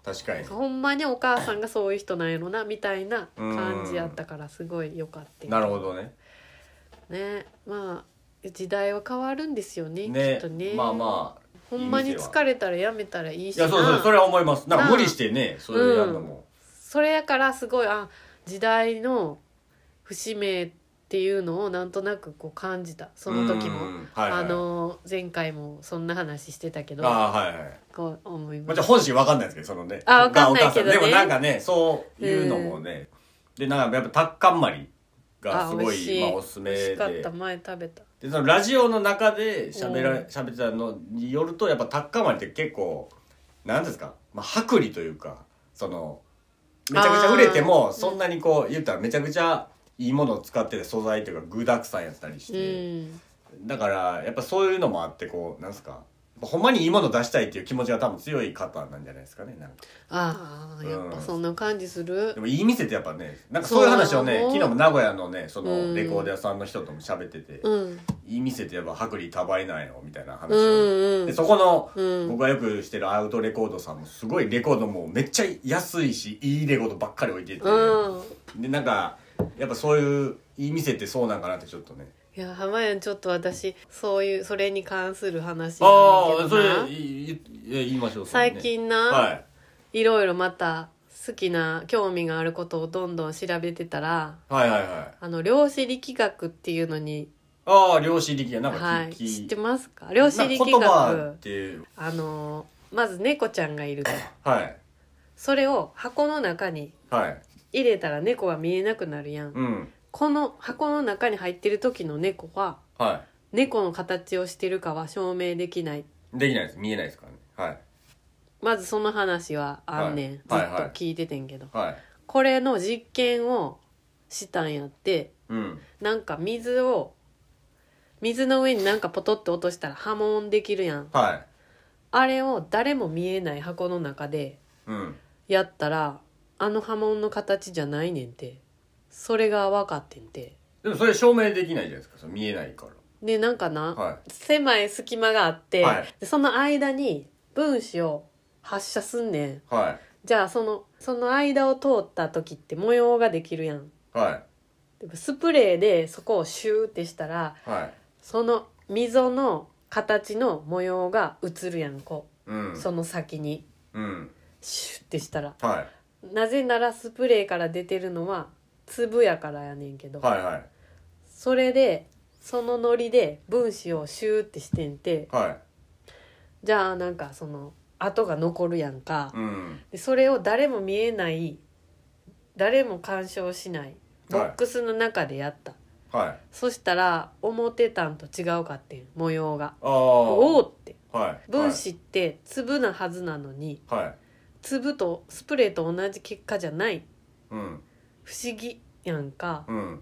Speaker 1: 確かに
Speaker 2: ほんまにお母さんがそういう人なんやろなみたいな感じやったからすごいよかった
Speaker 1: なるほどね
Speaker 2: ねまあ時代は変わるんですよねき
Speaker 1: ね
Speaker 2: っとね
Speaker 1: まあまあ
Speaker 2: ほんまに疲れたらやめたらいいし
Speaker 1: い
Speaker 2: な
Speaker 1: やそうそうそれは思いますなんか無理してねそれやるのも、
Speaker 2: それやからすごいあ時代の節目っっていうのをなんとなくこう感じたその時
Speaker 1: う
Speaker 2: も。
Speaker 1: んはいはい、
Speaker 2: あの前回もそんな話してたけど
Speaker 1: あーはいはい
Speaker 2: こう思い
Speaker 1: まあ、
Speaker 2: ます
Speaker 1: じゃあ本心わかんないですけどそのね
Speaker 2: あわかんないけどね
Speaker 1: お母さんでもなんかねそういうのもね、でなんかやっぱタッカンマリがすごいまあ、おすすめ
Speaker 2: 美味
Speaker 1: で
Speaker 2: しかった前食べた
Speaker 1: でそのラジオの中で喋ら
Speaker 2: うん
Speaker 1: 喋ってたのによるとやっぱタッカンマリって結構なんですか、まあ、薄利というかそのめちゃくちゃ売れてもそんなにこう言ったらめちゃくちゃいいものを使ってて素材というか具だくさんやったりし
Speaker 2: う
Speaker 1: て、
Speaker 2: ん
Speaker 1: だからやっぱそういうのもあってこうなんですかほんまにいいもの出したいっていう気持ちが多分強い方なんじゃないですかねなんか
Speaker 2: ああやっぱそんな感じす
Speaker 1: で
Speaker 2: る
Speaker 1: もいい店ってやっぱねなんかそういう話をね
Speaker 2: そう
Speaker 1: 昨日も名古屋のねそうの
Speaker 2: ん
Speaker 1: レコード屋さんの人とも喋ってて、
Speaker 2: うん
Speaker 1: いい店ってやっぱ薄利多売なんよみたいな話
Speaker 2: う
Speaker 1: を、
Speaker 2: んう
Speaker 1: で
Speaker 2: ん
Speaker 1: そこの、
Speaker 2: うん
Speaker 1: 僕がよくしてるアウトレコードさんもすごいレコードもめっちゃ安いしいいレコードばっかり置いてて、
Speaker 2: うん
Speaker 1: でなんかやっぱそういういい店ってそうなんかなってちょっとね
Speaker 2: いや浜やんちょっと私そういうそれに関する話
Speaker 1: あ
Speaker 2: なんだ
Speaker 1: あそ
Speaker 2: けど
Speaker 1: れ
Speaker 2: な
Speaker 1: 言いましょう
Speaker 2: 最近な、
Speaker 1: はい
Speaker 2: い、ろいろまた好きな興味があることをどんどん調べてたら
Speaker 1: はいはいはい
Speaker 2: あの量子力学っていうのに、
Speaker 1: ああ量子力学なんか
Speaker 2: はい、
Speaker 1: 聞き、
Speaker 2: 知ってますか量子力
Speaker 1: なんか言葉
Speaker 2: 学
Speaker 1: っていう
Speaker 2: あのまず猫ちゃんがいると
Speaker 1: はい
Speaker 2: それを箱の中に
Speaker 1: はい
Speaker 2: 入れたら猫が見えなくなるやん、
Speaker 1: うん
Speaker 2: この箱の中に入ってる時の猫は
Speaker 1: は
Speaker 2: 猫の形をしてるかは証明できない
Speaker 1: いできないです見えないですからねはい
Speaker 2: まずその話はあんねん、ずっと
Speaker 1: はいはいはい
Speaker 2: 聞いててんけど、
Speaker 1: はい
Speaker 2: これの実験をしたんやって
Speaker 1: うん
Speaker 2: なんか水を水の上になんかポトッと落としたら波紋できるやん
Speaker 1: はい
Speaker 2: あれを誰も見えない箱の中で
Speaker 1: うん
Speaker 2: やったらあの波紋の形じゃないねんてそれが分かってんて
Speaker 1: でもそれ証明できないじゃないですかその見えないか
Speaker 2: でなんかな、
Speaker 1: らはい
Speaker 2: 狭い隙間があって、
Speaker 1: はい
Speaker 2: でその間に分子を発射すんねん
Speaker 1: は
Speaker 2: じゃあそのその間を通った時って模様ができるやん
Speaker 1: いは
Speaker 2: でもスプレーでそこをシューってしたら
Speaker 1: いはい
Speaker 2: その溝の形の模様が映るやんこ
Speaker 1: うん
Speaker 2: うその先に
Speaker 1: うん
Speaker 2: シューってしたら
Speaker 1: は
Speaker 2: なぜならスプレーから出てるのは粒やからやねんけ
Speaker 1: い
Speaker 2: ど、
Speaker 1: はいはい
Speaker 2: それでそのノリで分子をシューってしてんて
Speaker 1: は
Speaker 2: じゃあなんかその跡が残るやんか
Speaker 1: い、うん
Speaker 2: でそれを誰も見えない誰も干渉しないボックスの中でやった、
Speaker 1: はいあ
Speaker 2: そしたら思ってたんと違うかってん模様が
Speaker 1: あ
Speaker 2: おお
Speaker 1: お
Speaker 2: って
Speaker 1: はい
Speaker 2: 分子って粒なはずなのに
Speaker 1: はい、はい、
Speaker 2: 粒とスプレーと同じ結果じゃない
Speaker 1: うん
Speaker 2: 不思議やんか
Speaker 1: うん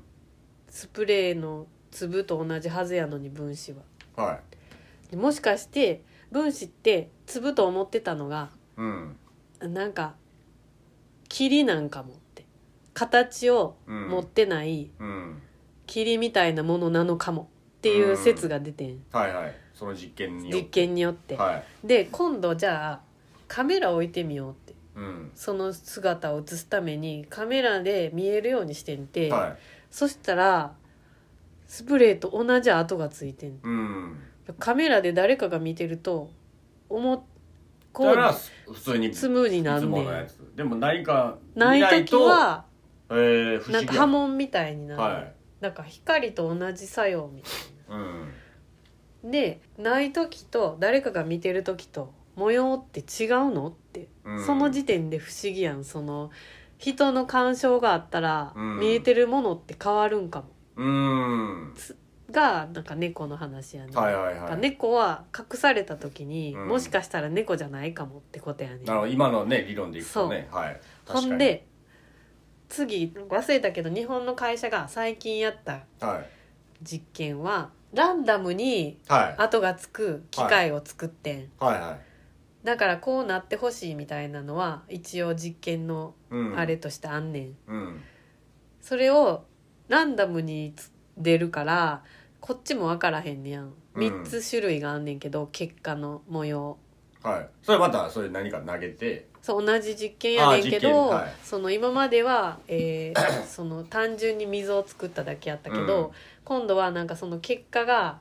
Speaker 2: スプレーの粒と同じはずやのに分子は
Speaker 1: はい
Speaker 2: でもしかして分子って粒と思ってたのが
Speaker 1: うん
Speaker 2: なんか霧なんかもって形を
Speaker 1: うん
Speaker 2: 持ってない
Speaker 1: うん
Speaker 2: 霧みたいなものなのかもっていう説が出てん、
Speaker 1: はいはいその実験によっ
Speaker 2: 実験によって、
Speaker 1: はい
Speaker 2: で今度じゃあカメラ置いてみようって
Speaker 1: うん
Speaker 2: その姿を映すためにカメラで見えるようにしてんて、
Speaker 1: はい
Speaker 2: そしたらスプレーと同じ跡がついてん
Speaker 1: うん
Speaker 2: カメラで誰かが見てると思っこ
Speaker 1: だから
Speaker 2: う
Speaker 1: 普通にいつ
Speaker 2: スムーになん
Speaker 1: も
Speaker 2: ね
Speaker 1: のや
Speaker 2: ん
Speaker 1: つでも何か
Speaker 2: な
Speaker 1: 見
Speaker 2: い時
Speaker 1: と
Speaker 2: は
Speaker 1: えー、不思
Speaker 2: なん
Speaker 1: 議
Speaker 2: か
Speaker 1: や
Speaker 2: 波紋みたいになる、
Speaker 1: はい
Speaker 2: なんか光と同じ作用みたい
Speaker 1: うん
Speaker 2: なでない時と誰かが見てる時と模様って違うのって、
Speaker 1: うん
Speaker 2: その時点で不思議やんその人の干渉があったら
Speaker 1: うん
Speaker 2: 見えてるものって変わるんかも、
Speaker 1: うん
Speaker 2: がなんか猫の話やねん、
Speaker 1: はいはい
Speaker 2: なん
Speaker 1: は
Speaker 2: か
Speaker 1: い
Speaker 2: 猫は隠された時に、
Speaker 1: うん
Speaker 2: もしかしたら猫じゃないかもってことやねん
Speaker 1: なるほど今のね理論でいくとねはい確
Speaker 2: ほ
Speaker 1: かに
Speaker 2: んで次忘れたけど日本の会社が最近やった
Speaker 1: はい
Speaker 2: 実験はランダムに
Speaker 1: はい
Speaker 2: 跡がつく機械を作ってん、
Speaker 1: はいはい
Speaker 2: だからこうなってほしいみたいなのは一応実験の
Speaker 1: うん
Speaker 2: あれとしてあんねん、
Speaker 1: うん
Speaker 2: それをランダムにつ出るからこっちも分からへんねやん
Speaker 1: うん
Speaker 2: 3つ種類があんねんけど結果の模様
Speaker 1: はいそれまたそれ何か投げて
Speaker 2: そう同じ実験やねんけ
Speaker 1: あー実験
Speaker 2: ど、
Speaker 1: はい
Speaker 2: その今までは、えー その単純に溝を作っただけやったけど、
Speaker 1: うん
Speaker 2: 今度はなんかその結果が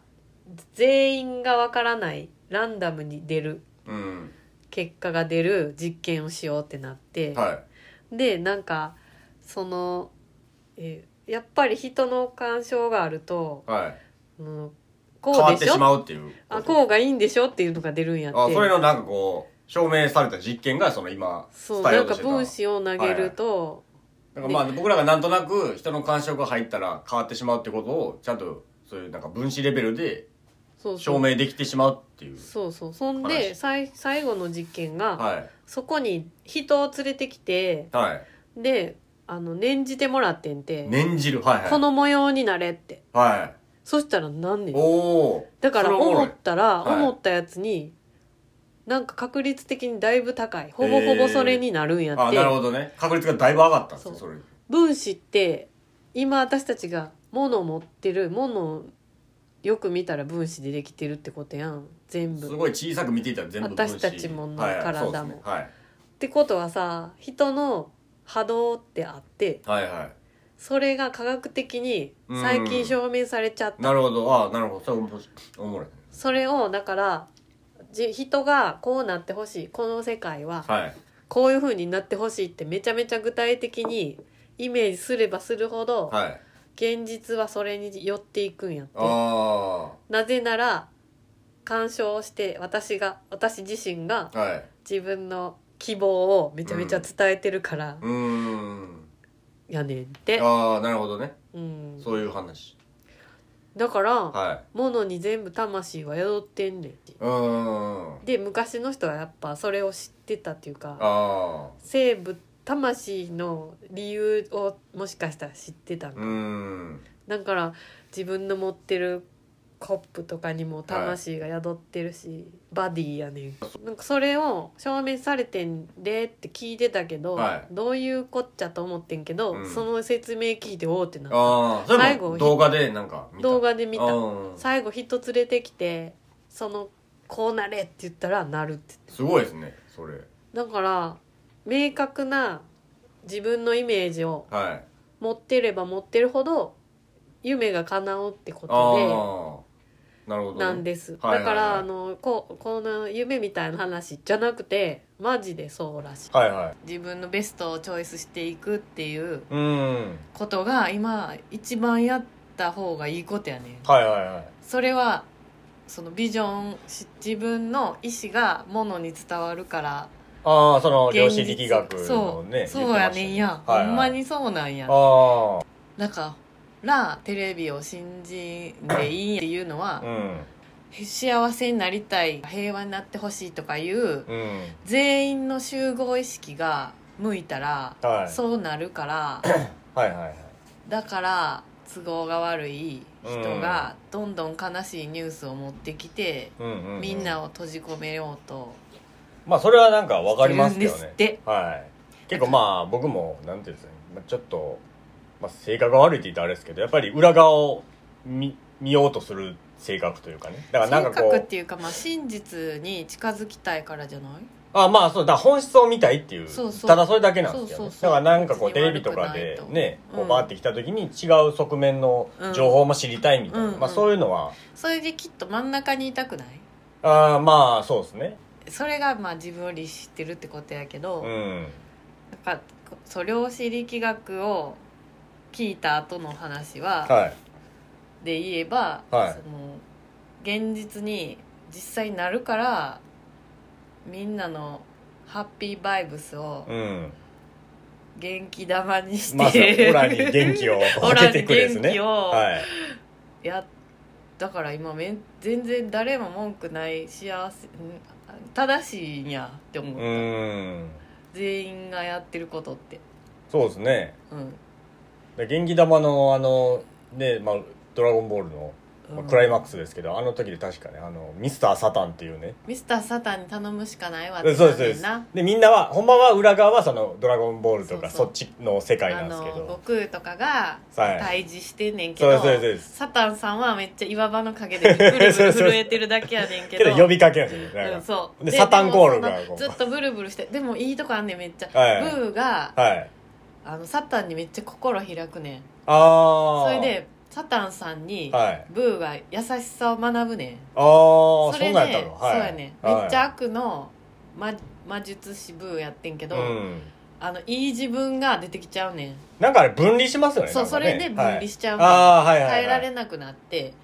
Speaker 2: 全員がわからないランダムに出る
Speaker 1: うん
Speaker 2: 結果が出る実験をしようってなって、
Speaker 1: はい
Speaker 2: でなんかその、えーやっぱり人の干渉があると、
Speaker 1: はい
Speaker 2: うん、
Speaker 1: 変
Speaker 2: こ
Speaker 1: わ
Speaker 2: う
Speaker 1: っ
Speaker 2: で
Speaker 1: て
Speaker 2: し
Speaker 1: し
Speaker 2: ょ
Speaker 1: まうっていう
Speaker 2: あこうがいいんでしょっていうのが出るんやって
Speaker 1: あそれのなんかこう証明された実験がその今
Speaker 2: そう
Speaker 1: 伝え
Speaker 2: な
Speaker 1: よ
Speaker 2: ん
Speaker 1: うと
Speaker 2: か
Speaker 1: してた
Speaker 2: 分子を投げると、
Speaker 1: だからまあ僕らがなんとなく人の感触が入ったら変わってしまうってことをちゃんとそういうなんか分子レベルで
Speaker 2: そうそう
Speaker 1: 証明できてしまうっていう
Speaker 2: そうそうそん
Speaker 1: 話
Speaker 2: でさい最後の実験が、
Speaker 1: はい
Speaker 2: そこに人を連れてきて
Speaker 1: はい
Speaker 2: であの念じてもらってんて、
Speaker 1: 念じるはいはい
Speaker 2: この模様になれって
Speaker 1: は
Speaker 2: そしたらなんね
Speaker 1: い
Speaker 2: ん
Speaker 1: おお
Speaker 2: だから思ったら
Speaker 1: はい
Speaker 2: 思ったやつに、なんか確率的にだいぶ高いほぼほぼそれになるんやっ
Speaker 1: あ
Speaker 2: て、
Speaker 1: なるほどね確率がだいぶ上がったんですよ
Speaker 2: そ
Speaker 1: それ
Speaker 2: 分子って今私たちが物を持ってる物をよく見たら分子でできてるってことやん全
Speaker 1: す
Speaker 2: 部。っ
Speaker 1: ごい小さく見ていたら全部分子
Speaker 2: 私たちもの
Speaker 1: はいはい
Speaker 2: 体も
Speaker 1: そうですねはい
Speaker 2: てことはさ人の波動ってあって
Speaker 1: はいは
Speaker 2: それが科学的に最近証明されちゃった
Speaker 1: いなるほどああなるほどそれおもおもろいね
Speaker 2: それをだからじ人がこうなってほしいこの世界は
Speaker 1: はい
Speaker 2: こういう風になってほしいってめちゃめちゃ具体的にイメージすればするほど
Speaker 1: はい
Speaker 2: 現実はそれに寄っていくんやって
Speaker 1: あ
Speaker 2: なぜなら干渉して私が私自身が
Speaker 1: あはい
Speaker 2: 自分の希望をめちゃめちゃ伝えてるから
Speaker 1: うーん
Speaker 2: やねんって、
Speaker 1: ああなるほどね
Speaker 2: うん、
Speaker 1: そういう話
Speaker 2: だから
Speaker 1: はい
Speaker 2: 物に全部魂は宿ってんねん
Speaker 1: うーん
Speaker 2: で昔の人はやっぱそれを知ってたっていうか
Speaker 1: ああ
Speaker 2: 生物魂の理由をもしかしたら知ってたの、
Speaker 1: うーん
Speaker 2: だから自分の持ってるコップとかにも魂が宿ってるし、バディやねんなんかそれを証明されてんでって聞いてたけど、
Speaker 1: はい
Speaker 2: どういうこっちゃと思ってんけど、
Speaker 1: うん
Speaker 2: その説明聞いておーってなった
Speaker 1: ああそれ
Speaker 2: 最
Speaker 1: も
Speaker 2: 後
Speaker 1: 動画でなんか見た
Speaker 2: 動画で見た
Speaker 1: うん
Speaker 2: 最後人連れてきてその「こうなれ」って言ったら「なる」って言って
Speaker 1: すごいですねそれ
Speaker 2: だから明確な自分のイメージを
Speaker 1: はい
Speaker 2: 持ってれば持ってるほど夢が叶うってこ
Speaker 1: ああ
Speaker 2: と
Speaker 1: なるほど
Speaker 2: で
Speaker 1: ね
Speaker 2: なんです、
Speaker 1: はいはいはい
Speaker 2: だからあのここの夢みたいな話じゃなくてマジでそうらしい
Speaker 1: はいはい
Speaker 2: 自分のベストをチョイスしていくっていう
Speaker 1: うーん
Speaker 2: ことが今一番やった方がいいことやねん
Speaker 1: はいはいはい
Speaker 2: それはそのビジョンし自分の意思がものに伝わるから
Speaker 1: ああその
Speaker 2: 現
Speaker 1: 量
Speaker 2: 実
Speaker 1: 子力学のね
Speaker 2: そう
Speaker 1: 言
Speaker 2: そう
Speaker 1: って
Speaker 2: や
Speaker 1: ました
Speaker 2: ねんや、
Speaker 1: はいはい
Speaker 2: ほんまにそうなんや
Speaker 1: あ
Speaker 2: だからテレビを信じんでいいっていうのは
Speaker 1: あう、ん
Speaker 2: 幸せになりたい平和になってほしいとかいう
Speaker 1: うん
Speaker 2: 全員の集合意識が向いたら、
Speaker 1: はい
Speaker 2: そうな るから
Speaker 1: はいはいはい
Speaker 2: だから都合が悪い人がどんどん悲しいニュースを持ってきて、
Speaker 1: うんうう
Speaker 2: みんなを閉じ込めようと
Speaker 1: まあそれはなんかわかりますけど
Speaker 2: してるん
Speaker 1: ね
Speaker 2: ですって
Speaker 1: はい結構まあ僕もなんていうんですかね、まあ、ちょっと、まあ、性格が悪いって言ったらあれですけどやっぱり裏側を見見ようとする性格というかねだからなん
Speaker 2: 性
Speaker 1: かこ
Speaker 2: 格っ
Speaker 1: う
Speaker 2: ていうか、まあ、真実に近づきたいからじゃない
Speaker 1: あまあそうだから本質を見たいっていう
Speaker 2: そうそう
Speaker 1: ただそれだけなんですけど、ね、
Speaker 2: そうそうそう
Speaker 1: だからなんかこうテ
Speaker 2: 別に
Speaker 1: レ
Speaker 2: 悪
Speaker 1: ビ
Speaker 2: く
Speaker 1: と
Speaker 2: ない
Speaker 1: か
Speaker 2: と
Speaker 1: でねこ
Speaker 2: う
Speaker 1: うんバーってきた時に違う側面の
Speaker 2: うん
Speaker 1: 情報も知りたいみたいな、
Speaker 2: うんうん
Speaker 1: まあ、そういうのは
Speaker 2: それできっと真ん中にいたくない
Speaker 1: あーまあそうですね
Speaker 2: それがまあ自分を律してるってことやけど、
Speaker 1: うん
Speaker 2: なんかそう量子力学を聞いた後の話は、
Speaker 1: はい
Speaker 2: で言えば、
Speaker 1: はい
Speaker 2: その現実に実際になるからみんなのハッピーバイブスを
Speaker 1: うん
Speaker 2: 元気玉にして、
Speaker 1: まあそうオラに元気を
Speaker 2: オ
Speaker 1: 分
Speaker 2: ラ
Speaker 1: け
Speaker 2: に
Speaker 1: てくれです
Speaker 2: 元
Speaker 1: ね
Speaker 2: 気を、
Speaker 1: はい
Speaker 2: やだから今めん全然誰も文句ない幸せん正しいんやって思
Speaker 1: う
Speaker 2: った、
Speaker 1: ーん
Speaker 2: 全員がやってることって
Speaker 1: そうですね
Speaker 2: うん、
Speaker 1: で元気玉のあのねまあドラゴンボールの、まあクライマック
Speaker 2: ス
Speaker 1: スですけど、あの時で確かねあのミスターサタンっていうね
Speaker 2: ミスターサタンに頼むしかないわ
Speaker 1: そうですそうです
Speaker 2: な
Speaker 1: でみんなはほんまは裏側はそのドラゴンボールとか
Speaker 2: そうそう
Speaker 1: そっちの世界な
Speaker 2: あ
Speaker 1: んです
Speaker 2: の
Speaker 1: け
Speaker 2: 悟
Speaker 1: ど
Speaker 2: 空とかが
Speaker 1: はい
Speaker 2: 対峙してんねんけど、
Speaker 1: そうですそうです
Speaker 2: サタンさんはめっちゃ岩場の陰でぐる ぐる震えてるだけやねんけ
Speaker 1: け
Speaker 2: ど
Speaker 1: ど呼びかけなんですよね
Speaker 2: う
Speaker 1: なん
Speaker 2: ん
Speaker 1: か
Speaker 2: そう
Speaker 1: でサタンコールが
Speaker 2: でもそのずっとブルブルしてでもいいとこあんねんめっちゃ、
Speaker 1: はい
Speaker 2: ブーが
Speaker 1: はい
Speaker 2: あのサタンにめっちゃ心開くねん
Speaker 1: ああ
Speaker 2: それでサタンさんに、
Speaker 1: はい
Speaker 2: ブーが優しさを学ぶねん
Speaker 1: ああそ
Speaker 2: それ
Speaker 1: ん
Speaker 2: で
Speaker 1: なんやったのはい
Speaker 2: そうやねんめっちゃ
Speaker 1: はい
Speaker 2: 悪の魔魔術師ブーやってんけど、
Speaker 1: うん
Speaker 2: あのいい自分が出てきちゃうねん
Speaker 1: なんかあれ分離しますよね
Speaker 2: そう
Speaker 1: なん
Speaker 2: そ
Speaker 1: かね
Speaker 2: れで分離しちゃう
Speaker 1: はいああはいはい、はい、
Speaker 2: 耐えられなくなって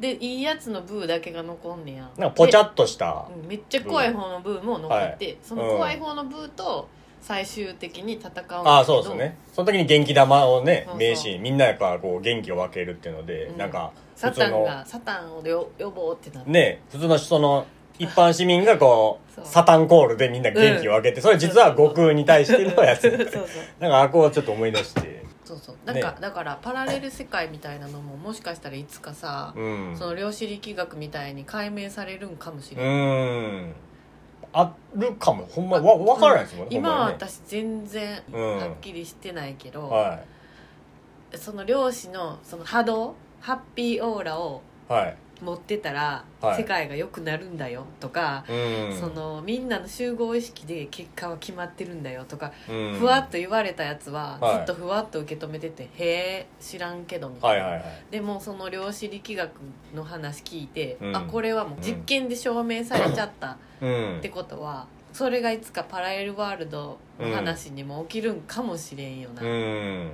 Speaker 2: でいいやつのブーだけが残んねや
Speaker 1: なんかぽちゃ
Speaker 2: で
Speaker 1: っとした
Speaker 2: うんめっちゃ怖い方のブーも残って、その
Speaker 1: うん
Speaker 2: 怖い方のブーと最終的に戦うんだけど
Speaker 1: ああそうですねその時に元気玉をね
Speaker 2: そうそう
Speaker 1: 名シーンみんなやっぱこう元気を分けるっていうので、
Speaker 2: うん
Speaker 1: なんか
Speaker 2: サ
Speaker 1: 普
Speaker 2: タ
Speaker 1: 通
Speaker 2: ン
Speaker 1: の
Speaker 2: がサタンをよ呼ぼうってなって、
Speaker 1: ね普通の人の一般市民がこう
Speaker 2: そう
Speaker 1: サタンコールでみんな元気を分けて、それ実は悟空に対してのやつ
Speaker 2: そう そう
Speaker 1: なんかあこうちょっと思い出して
Speaker 2: そうそうなんか、
Speaker 1: ね
Speaker 2: だからパラレル世界みたいなのももしかしたらいつかさ、
Speaker 1: うん
Speaker 2: その量子力学みたいに解明されるんかもしれ
Speaker 1: う
Speaker 2: ない、
Speaker 1: んあるかもほんまわ分からないですもんね
Speaker 2: 今は
Speaker 1: ほんまにね
Speaker 2: 私全然
Speaker 1: うん
Speaker 2: はっきりしてないけど、
Speaker 1: は
Speaker 2: その量子のその波動ハッピーオーラを
Speaker 1: いはい
Speaker 2: 持ってたら
Speaker 1: はい
Speaker 2: 世界が良くなるんだよとか、
Speaker 1: うん
Speaker 2: そのみんなの集合意識で結果は決まってるんだよとか、
Speaker 1: うん
Speaker 2: ふわっと言われたやつは
Speaker 1: はい
Speaker 2: ずっとふわっと受け止めてて「へえ知らんけど」みた
Speaker 1: はいい
Speaker 2: な、
Speaker 1: はいはい
Speaker 2: でもその量子力学の話聞いて、
Speaker 1: うん
Speaker 2: あこれはもう実験で証明されちゃった
Speaker 1: うん
Speaker 2: ってことは、それがいつかパラレルワールドの話にも起きるんかもしれんよな、
Speaker 1: うん